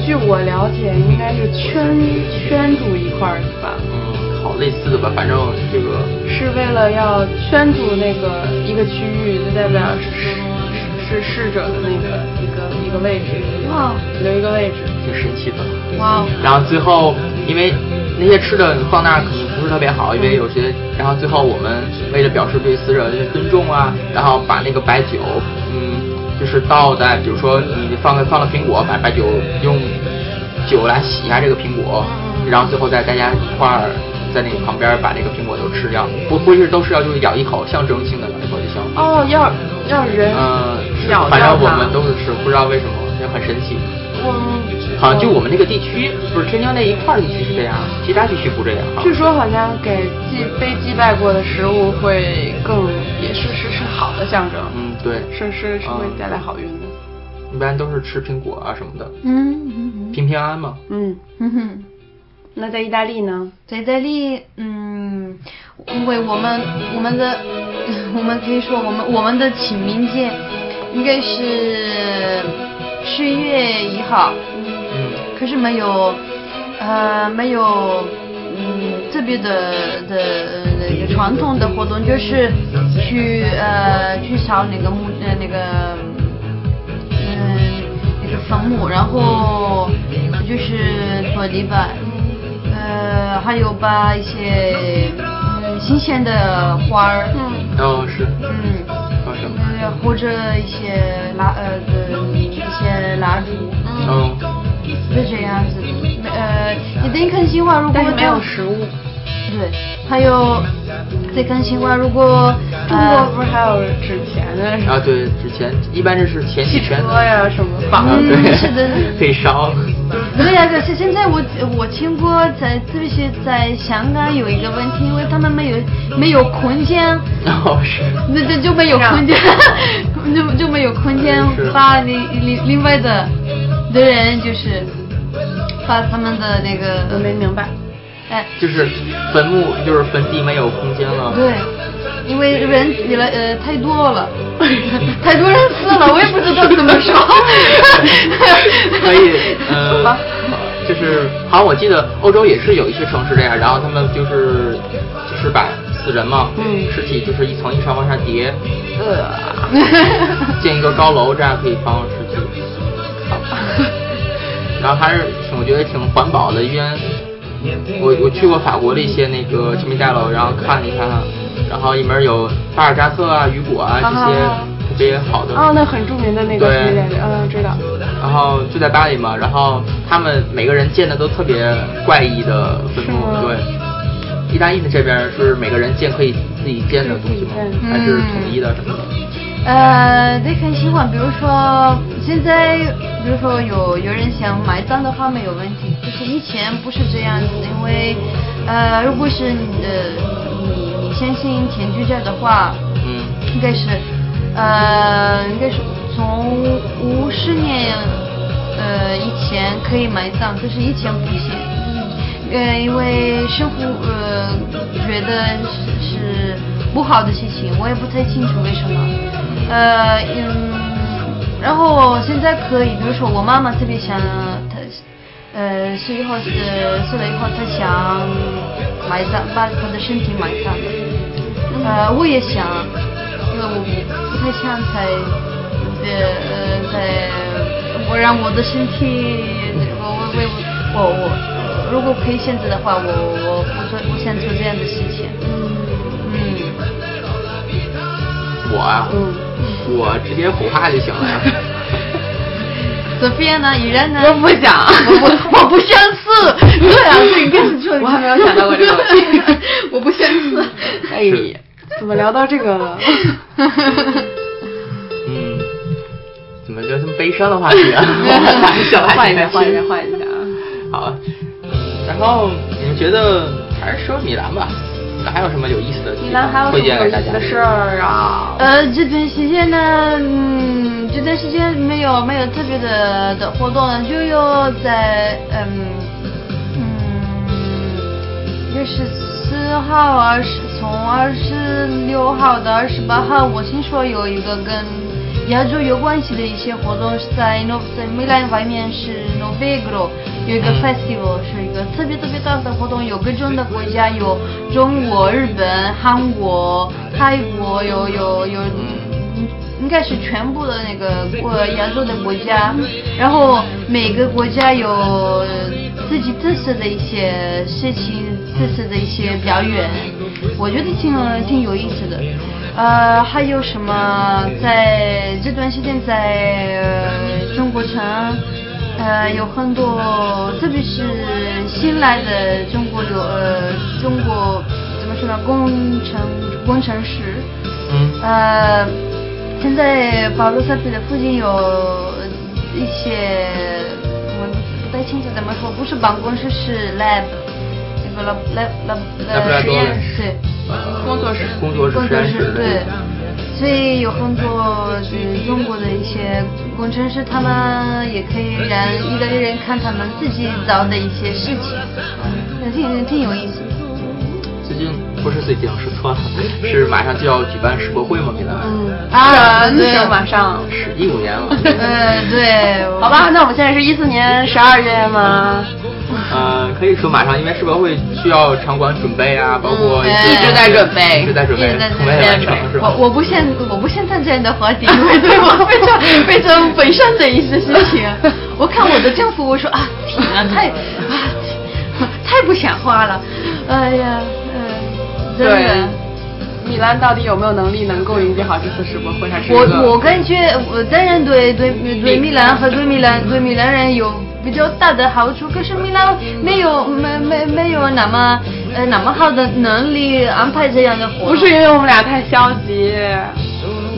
Speaker 2: 据我了解，应该是圈圈住一块儿是吧？
Speaker 1: 嗯，好类似的吧，反正这个
Speaker 2: 是为了要圈住那个一个区域，就代表是是逝者的那个一个一个位置，
Speaker 3: 哇
Speaker 2: 留一个位置。
Speaker 1: 挺神奇的。
Speaker 3: 哇哦，
Speaker 1: 然后最后因为那些吃的放那儿可能不是特别好，因为有些，然后最后我们为了表示对死者的尊重啊，然后把那个白酒，嗯，就是倒在，比如说你放了放了苹果，把白酒用酒来洗一下这个苹果，
Speaker 2: 嗯
Speaker 1: 然后最后再大家一块儿在那个旁边把那个苹果都吃掉，不不是都吃掉，就是咬一口，象征性的咬一口就行了。
Speaker 2: 哦，要要人
Speaker 1: 嗯，是
Speaker 2: 咬
Speaker 1: 反正
Speaker 2: 掉
Speaker 1: 我
Speaker 2: 它。
Speaker 1: 们都是吃，不知道为什么，也很神奇。
Speaker 2: 嗯
Speaker 1: 好像就我们那个地区，不是天津那一块儿地区是这样，其他地区不这样哈。
Speaker 2: 据说好像给祭被祭拜过的食物会更，也是是是好的象征，
Speaker 1: 嗯，对，嗯
Speaker 2: 是是是会带来好运的。
Speaker 1: 一般都是吃苹果啊什么的，
Speaker 3: 嗯嗯
Speaker 1: 平平安安嘛。
Speaker 2: 嗯，
Speaker 3: 嗯哼。
Speaker 2: 那在意大利呢？
Speaker 3: 在这里，嗯，因为我们我们的 我们可以说我们我们的清明节应该是十月一号，
Speaker 1: 嗯
Speaker 3: 可是没有呃没有嗯特别的的的一个传统的活动，就是去呃去扫那个墓呃那个嗯那个坟墓，然后就是做礼拜，呃还有把一些嗯新鲜的花儿，
Speaker 2: 嗯
Speaker 1: 然后是，
Speaker 3: 嗯
Speaker 1: 还有什么？
Speaker 3: 呃或者一些蜡呃的一些蜡烛，
Speaker 1: 嗯，
Speaker 3: 是这样子的，呃，你等看新话，如果
Speaker 2: 但是没有
Speaker 3: 就
Speaker 2: 食物。
Speaker 3: 对，还有在看新话，如果
Speaker 2: 中国
Speaker 3: 呃
Speaker 2: 不是还有纸钱的
Speaker 1: 啊对，之前一般这是前
Speaker 2: 汽
Speaker 1: 几
Speaker 2: 车
Speaker 1: 天的。
Speaker 2: 呀什么
Speaker 1: 啊
Speaker 2: 房
Speaker 3: 嗯
Speaker 2: 子？
Speaker 1: 对，
Speaker 3: 是的
Speaker 1: 可以烧。
Speaker 3: 对呀、可是现在我我听过在，特别是在香港有一个问题，因为他们没有没有空间，
Speaker 1: 然后是，
Speaker 3: 那这就没有空间，就就没有空间
Speaker 1: 是
Speaker 3: 发另另另外的的人就是发他们的那个
Speaker 2: 我没明白。
Speaker 3: 哎。
Speaker 1: 就是坟墓，就是坟地没有空间了。
Speaker 3: 对，因为人越来呃太多 了，太多人死了，我也不知道怎么说。
Speaker 1: 所以，呃
Speaker 3: 好吧，
Speaker 1: 就是好像我记得欧洲也是有一些城市这样，然后他们就是就是把死人嘛，
Speaker 2: 嗯
Speaker 1: 尸体就是一层一层往下叠，
Speaker 2: 呃，
Speaker 1: 建一个高楼，这样可以防尸体。好吧 然后还是挺我觉得挺环保的，因为我我去过法国的一些那个清明大楼，然后看了一看，然后里面有巴尔扎克啊、雨果啊这些
Speaker 2: 啊
Speaker 1: 特别好的
Speaker 2: 哦，那很著名的那个
Speaker 1: 对
Speaker 2: 什么嗯，知道。
Speaker 1: 然后就在巴黎嘛，然后他们每个人建的都特别怪异的坟墓
Speaker 2: 是吗，
Speaker 1: 对。意大利的这边是每个人建可以自己建的东西吗
Speaker 2: 自己？
Speaker 3: 建
Speaker 1: 还是统一的什么的？
Speaker 3: 呃，得看情况，比如说现在，比如说有有人想埋葬的话没有问题，就是以前不是这样子的，因为呃，如果是你的你你相信天主教的话，
Speaker 1: 嗯，
Speaker 3: 应该是，呃，应该是从五十年呃以前可以埋葬，可是以前不行。呃，因为生活呃觉得是是不好的事情，我也不太清楚为什么。呃，嗯，然后我现在可以，比如说我妈妈特别想，她呃是以后是呃死了以后，她想埋葬，把她的身体埋葬。呃，我也想，因为我不太想在呃呃在我让我的身体，我我为我我我如果可以选择的话，我我我做我想做这样的事情。嗯，
Speaker 1: 我啊，
Speaker 2: 嗯
Speaker 1: 我直接苦哈就行 了呀。
Speaker 3: 索菲亚呢？依然呢？
Speaker 2: 我不想
Speaker 3: 我不我不相似。对啊，对，你跟你说，
Speaker 2: 我还没有想到过这个 问题
Speaker 3: 我不相似。
Speaker 2: 哎，怎么聊到这个了？
Speaker 1: 嗯，怎么就这么悲伤的话题 啊？小孩
Speaker 2: 换一
Speaker 1: 子
Speaker 2: 下，
Speaker 1: 开
Speaker 2: 换一
Speaker 1: 心
Speaker 2: 下，换一下啊！
Speaker 1: 好，嗯然后你们觉得还是说米兰吧？还有什么有意思的地方？
Speaker 2: 米兰还有
Speaker 1: 推
Speaker 2: 什
Speaker 1: 荐
Speaker 2: 么有
Speaker 1: 给
Speaker 2: 意
Speaker 1: 大家
Speaker 2: 思的事儿啊？
Speaker 3: 呃，这段时间呢，嗯，这段时间没有没有特别的的活动了，就有在嗯嗯，就是四号二十，从二十六号到二十八号，我听说有一个跟亚洲有关系的一些活动是在诺在米兰外面是 Novegro 有一个 festival 是一个特别特别大的活动，有各种的国家，有中国、日本、韩国、泰国，有有有嗯应该是全部的那个国亚洲的国家，然后每个国家有自己特色的一些事情，特色的一些表演，我觉得挺挺有意思的。呃，还有什么在这段时间在、呃中国城，呃，有很多，特别是新来的中国留呃中国怎么说呢，工程工程师，
Speaker 1: 嗯
Speaker 3: 呃，现在保罗萨皮的附近有一些，我不太清楚怎么说，不是办公室是 lab，那个 lab lab lab 呃
Speaker 1: Laboratory
Speaker 3: 实验室，
Speaker 2: 工作室
Speaker 1: 工作室
Speaker 3: 工
Speaker 1: 实
Speaker 3: 作
Speaker 1: 验
Speaker 3: 室
Speaker 1: 室
Speaker 3: 对。所以有很多嗯中国的一些工程师，他们也可以让意大利人看他们自己造的一些事情，那挺挺有意思的。
Speaker 1: 最近不是最近，是错了，是马上就要举办世博会嘛？米兰，
Speaker 2: 嗯
Speaker 3: 啊
Speaker 2: 什么时候
Speaker 3: 对
Speaker 2: 马上？
Speaker 1: 是一五年 了。
Speaker 3: 呃，对，我
Speaker 2: 好吧，那我们现在是一四年十二月吗？
Speaker 1: 呃，可以说马上，因为世博会需要场馆准备啊，包括
Speaker 3: 嗯
Speaker 1: 一些
Speaker 3: 一直
Speaker 2: 在准备
Speaker 1: 一直在准备，从未完成是吧
Speaker 3: 我？我不现我不现在这样的话题，因为对我非常非常悲伤的一些事情。我看我的政府，我说啊，天啊，太啊太不像话了，哎呀，嗯、真
Speaker 2: 对
Speaker 3: 的。。
Speaker 2: 米兰到底有没有能力能够迎接好这次世博会？还是一个
Speaker 3: 我我感觉，我当然对对对米兰和对米兰对米兰人有比较大的好处，可是米兰没有没没没有那么呃那么好的能力安排这样的活动。
Speaker 2: 不是因为我们俩太消极，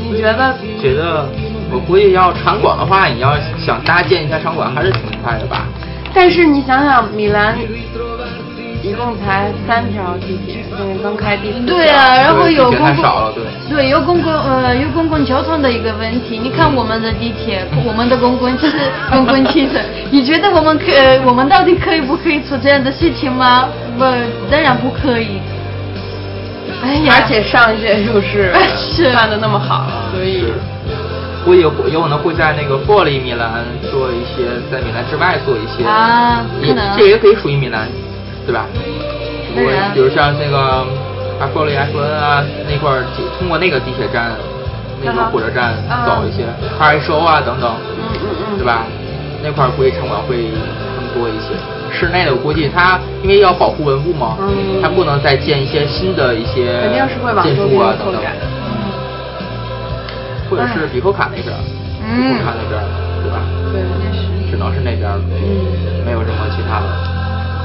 Speaker 2: 你觉得？
Speaker 1: 觉得我估计要场馆的话，你要想搭建一下场馆还是挺快的吧？
Speaker 2: 但是你想想，米兰一共才三条地铁，现在刚开第四条。
Speaker 3: 对啊，然后
Speaker 1: 对
Speaker 3: 有
Speaker 1: 地铁
Speaker 3: 公
Speaker 1: 太
Speaker 3: 共
Speaker 1: 少了对
Speaker 3: 有公共呃有公共交通的一个问题。你看我们的地铁，我们的公共汽公共汽车， 你觉得我们可、呃、我们到底可以不可以做这样的事情吗？不，当然不可以。哎呀，
Speaker 2: 而且上一届又是
Speaker 3: 是
Speaker 2: 办的那么好，所
Speaker 1: 哎
Speaker 2: 以
Speaker 1: 是估计有有可能会在那个玻璃米兰做一些，在米兰之外做一些
Speaker 3: 啊
Speaker 1: 也
Speaker 3: 可能
Speaker 1: 这也可以属于米兰，对吧？
Speaker 3: 当
Speaker 1: 如果
Speaker 2: 啊
Speaker 3: 然
Speaker 1: 比如像这个阿波利、埃弗恩啊那块儿，就通过那个地铁站、那个
Speaker 2: 啊哈
Speaker 1: 火车站
Speaker 2: 啊
Speaker 1: 走一些，哈尔收啊等等，
Speaker 2: 嗯嗯嗯
Speaker 1: 对吧？那块儿估计场馆会更多一些。室内的我估计它因为要保护文物嘛，
Speaker 2: 嗯
Speaker 1: 它不能再建一些新的一些
Speaker 2: 肯定是会往
Speaker 1: 建
Speaker 2: 周
Speaker 1: 筑啊
Speaker 2: 边
Speaker 1: 等
Speaker 2: 扩
Speaker 1: 等，
Speaker 2: 展的
Speaker 1: 或者
Speaker 2: 嗯
Speaker 1: 是比库卡那边儿，比库卡那边儿，对吧？
Speaker 2: 对，
Speaker 1: 只能是那边儿了，
Speaker 2: 嗯
Speaker 1: 没有什么其他的，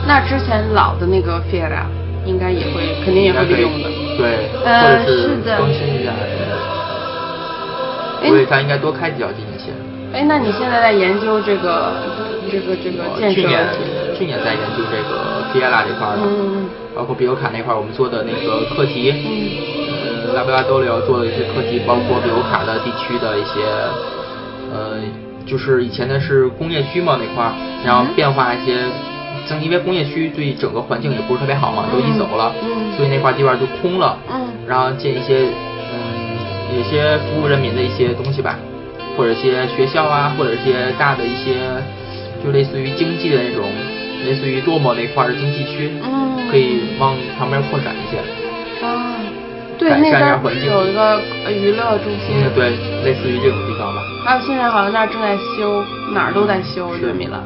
Speaker 2: 那之前老的那个 Fiera 应该也会，肯定也会利用的。
Speaker 1: 对，
Speaker 3: 呃
Speaker 1: 或者
Speaker 3: 是的
Speaker 1: 更新一下。
Speaker 2: 哎
Speaker 1: 所以它应该多开几条地铁线。
Speaker 2: 哎，那你现在在研究这个这个这个
Speaker 1: 我
Speaker 2: 建
Speaker 1: 呃
Speaker 2: 设
Speaker 1: 去年
Speaker 2: 问题？
Speaker 1: 去年在研究这个菲耶拉这块儿了，
Speaker 2: 嗯
Speaker 1: 包括比欧卡那块儿我们做的那个课题，嗯，拉布拉多里奥做的一些课题，包括比欧卡的地区的一些，呃，就是以前的是工业区嘛那块儿，然后变化一些像因为工业区对整个环境也不是特别好嘛，都移走了，
Speaker 2: 嗯
Speaker 1: 所以那块地方就空了，
Speaker 2: 嗯
Speaker 1: 然后建一些嗯一些服务人民的一些东西吧，或者一些学校啊，或者一些大的一些就类似于经济的那种，类似于多么那块儿的经济区，
Speaker 2: 嗯
Speaker 1: 可以往旁边扩展一些，
Speaker 2: 啊，对，
Speaker 1: 改
Speaker 2: 那
Speaker 1: 善一下
Speaker 2: 边不
Speaker 1: 环
Speaker 2: 是
Speaker 1: 境
Speaker 2: 有一个呃娱乐中心
Speaker 1: 嗯，，对，类似于这种地方吧。
Speaker 2: 还有现在好像那儿正在修，哪儿都在修，我觉得米兰。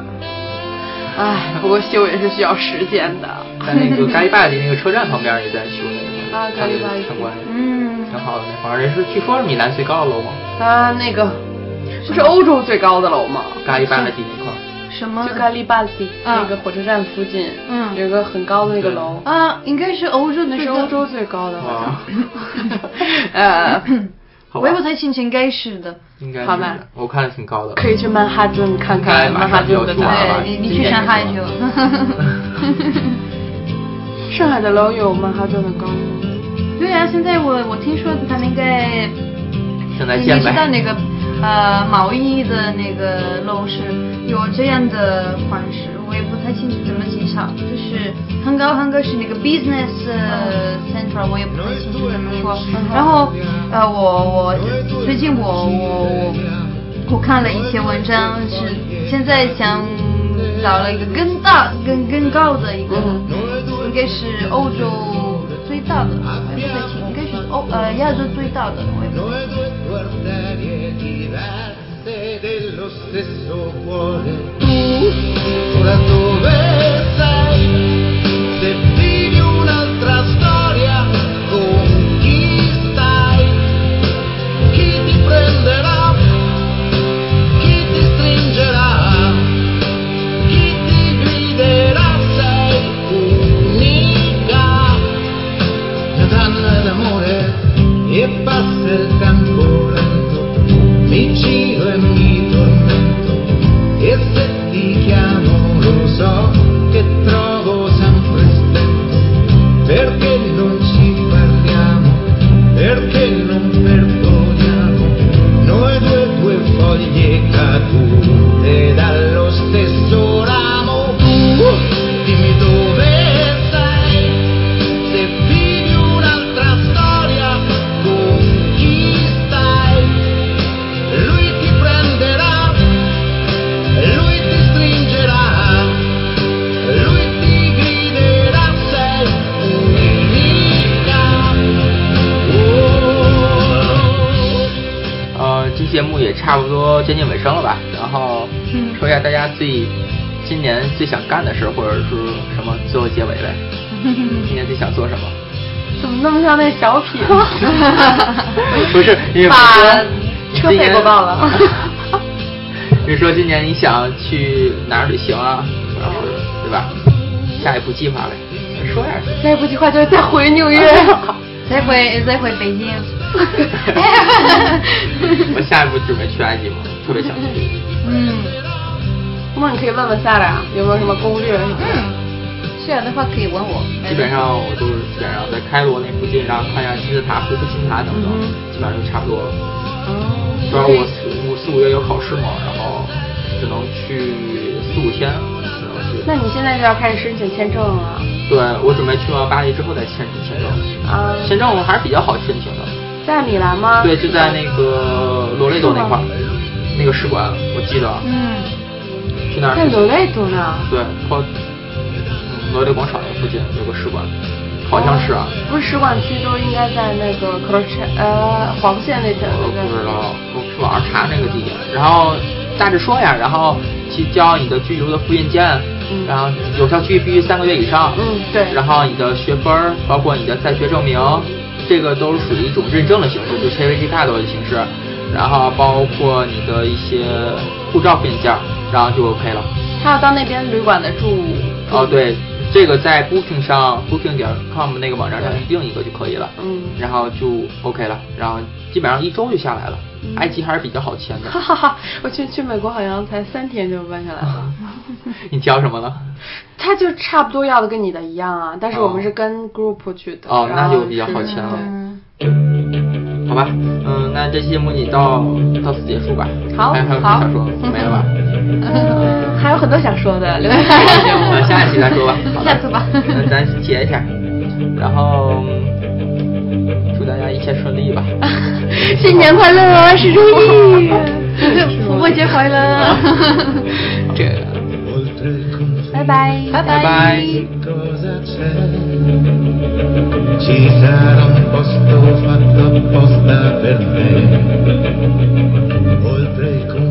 Speaker 2: 唉，不过修也是需要时间的。
Speaker 1: 在那个咖喱巴的那个车站旁边儿也在修那个
Speaker 2: 啊
Speaker 1: 它那个
Speaker 2: 咖喱巴
Speaker 1: 参观，
Speaker 3: 嗯
Speaker 1: 挺好的那块儿，人是据说是米兰最高的楼嘛，
Speaker 2: 它那个不是欧洲最高的楼吗？
Speaker 1: 咖喱巴的地那块儿，
Speaker 3: 什么
Speaker 2: 就咖喱巴蒂
Speaker 3: 啊
Speaker 2: 那个火车站附近，
Speaker 3: 嗯
Speaker 2: 有一个很高的那个楼，
Speaker 3: 啊，应该是欧洲的
Speaker 2: 是
Speaker 3: 时候。
Speaker 2: 欧洲最高的好像
Speaker 1: 哇，
Speaker 2: 呃，
Speaker 1: 好吧
Speaker 3: 维吾台亲情应该是的。
Speaker 1: 应该
Speaker 2: 好
Speaker 1: 是
Speaker 2: 吧
Speaker 1: 我看着挺高的，
Speaker 2: 可以去曼哈顿看看
Speaker 1: 应该
Speaker 2: 曼
Speaker 1: 马
Speaker 2: 哈
Speaker 1: 上就要
Speaker 2: 顿的
Speaker 1: 出
Speaker 2: 大
Speaker 1: 来
Speaker 2: 楼
Speaker 1: 了。
Speaker 3: 对，你你去上海就。
Speaker 2: 上海的楼有曼哈顿的高 吗？
Speaker 3: 对啊，现在我我听说他们应该，
Speaker 1: 现在
Speaker 3: 你
Speaker 1: 建
Speaker 3: 你知道
Speaker 1: 呗，
Speaker 3: 那个呃毛衣的那个楼是有这样的款式，我也不太清楚怎么介绍，就是很高很高是那个 business central，我也不太清楚怎么说。然后呃我我最近我我我我看了一些文章，是现在想找了一个更大更更高的一个。
Speaker 2: 嗯
Speaker 3: 应该是欧洲最大的，我也不太清，应该是欧呃亚洲最大的，我也不
Speaker 4: Noi due guardie diverse dello stesso cuore. Tu ora dove sei? Se vivi un'altra storia, con chi stai? Chi ti prenderà? Chi ti stringerà? Chi ti griderà? Sei unica. Ti danno l'amore e passa il tempo lento, mi giro e mi tormento, e se ti chiamo lo so che trovo sempre stento, perché non ci parliamo, perché non perdoniamo, noi due due foglie cadute dallo stesso ramo, tu dimmi dove sei. Se vivi un'altra storia, con chi stai? Lui ti prenderà, lui ti stringerà, lui ti griderà, sei un'unica. Oh.
Speaker 1: 呃，这节目也差不多接近尾声了吧，然后
Speaker 3: 嗯
Speaker 1: 说一下大家最今年最想干的事，或者是什么最后结尾 呗，
Speaker 3: 清。
Speaker 1: 今年最想做什么？
Speaker 2: 怎么那么像那小品？
Speaker 1: 不是，你
Speaker 2: 把
Speaker 1: 说
Speaker 2: 车费给 报了。
Speaker 1: 你说今年你想去哪儿旅行啊？或者
Speaker 2: 哦
Speaker 1: 是对吧？下一步计划呗，说点儿。
Speaker 2: 下一步计划就是再回纽约。
Speaker 3: 再回再回 北京。
Speaker 1: 我下一步准备去埃及嘛，特别想去。
Speaker 3: 嗯
Speaker 2: 那你可以问问萨拉有没有什么攻略什么的。
Speaker 3: 嗯，需要的话可以问我。
Speaker 1: 基本上我都是基本上在开罗那附近，然后看一下金字塔、胡夫金塔等等，
Speaker 2: 嗯
Speaker 1: 基本上就差不多了。主要
Speaker 2: 哦，
Speaker 1: 我四我四五月有考试嘛，然后只能去四五天，只能去。
Speaker 2: 那你现在就要开始申请啊签证了
Speaker 1: 对我准备去完巴黎之后再签签证，
Speaker 2: 啊？
Speaker 1: 签证我还是比较好申请的。
Speaker 2: 在米兰吗？
Speaker 1: 对，就在那个罗雷多那块儿
Speaker 2: 嗯是吗，
Speaker 1: 那个使馆，我记得
Speaker 3: 嗯
Speaker 1: 去那儿
Speaker 2: 在柳内读呢。
Speaker 1: 对，靠嗯罗雷广场那附近有个使馆，好像是啊，
Speaker 2: 不是使馆区都应该在那个克罗切呃黄线那边
Speaker 1: 我
Speaker 2: 那
Speaker 1: 不知
Speaker 2: 个。
Speaker 1: 道，我去网上查那个地点，然后大致说呀，然后提交你的居留的复印件，
Speaker 2: 嗯
Speaker 1: 然后有效居必须三个月以上，
Speaker 2: 嗯对
Speaker 1: 然后你的学分儿，包括你的在学证明，这个都是属于一种认证的形式，就 KVG card 的形式，然后包括你的一些护照复印件儿，然后就 OK 了。
Speaker 2: 他要到那边旅馆的住。
Speaker 1: 哦，对，这个在 Booking 上 Booking 点 com 那个网站上预定一个就可以了，
Speaker 2: 嗯
Speaker 1: 然后就 OK 了，然后基本上一周就下来了。埃及还是比较好签的
Speaker 2: 嗯哈。哈哈！我去去美国好像才三天就办下来了，
Speaker 1: 你挑什么了？
Speaker 2: 他就差不多要的跟你的一样啊，但是我们
Speaker 1: 哦
Speaker 2: 是跟 group 去的。
Speaker 1: 哦
Speaker 2: 然
Speaker 1: 那
Speaker 2: 后
Speaker 1: 就比较好
Speaker 2: 是
Speaker 1: 签了
Speaker 3: 嗯，
Speaker 1: 好吧，嗯，那这期节目你到到此结束吧。
Speaker 2: 好
Speaker 1: 还有还有什
Speaker 2: 好
Speaker 1: 么 想说？没了吧？
Speaker 2: 对还有很多想说的，留
Speaker 1: 我们下一期再 说吧。好的
Speaker 3: 下次吧
Speaker 1: 那咱先截一下，然后嗯祝大家一切顺利 吧。
Speaker 3: 新年快乐，是周一，
Speaker 1: 嗯
Speaker 3: 复活节快乐，
Speaker 1: 这个，
Speaker 4: oltre il confine
Speaker 3: 拜拜，拜
Speaker 1: 拜拜。
Speaker 4: cosa c'è ci sarà un posto fatto apposta per me oltre il confine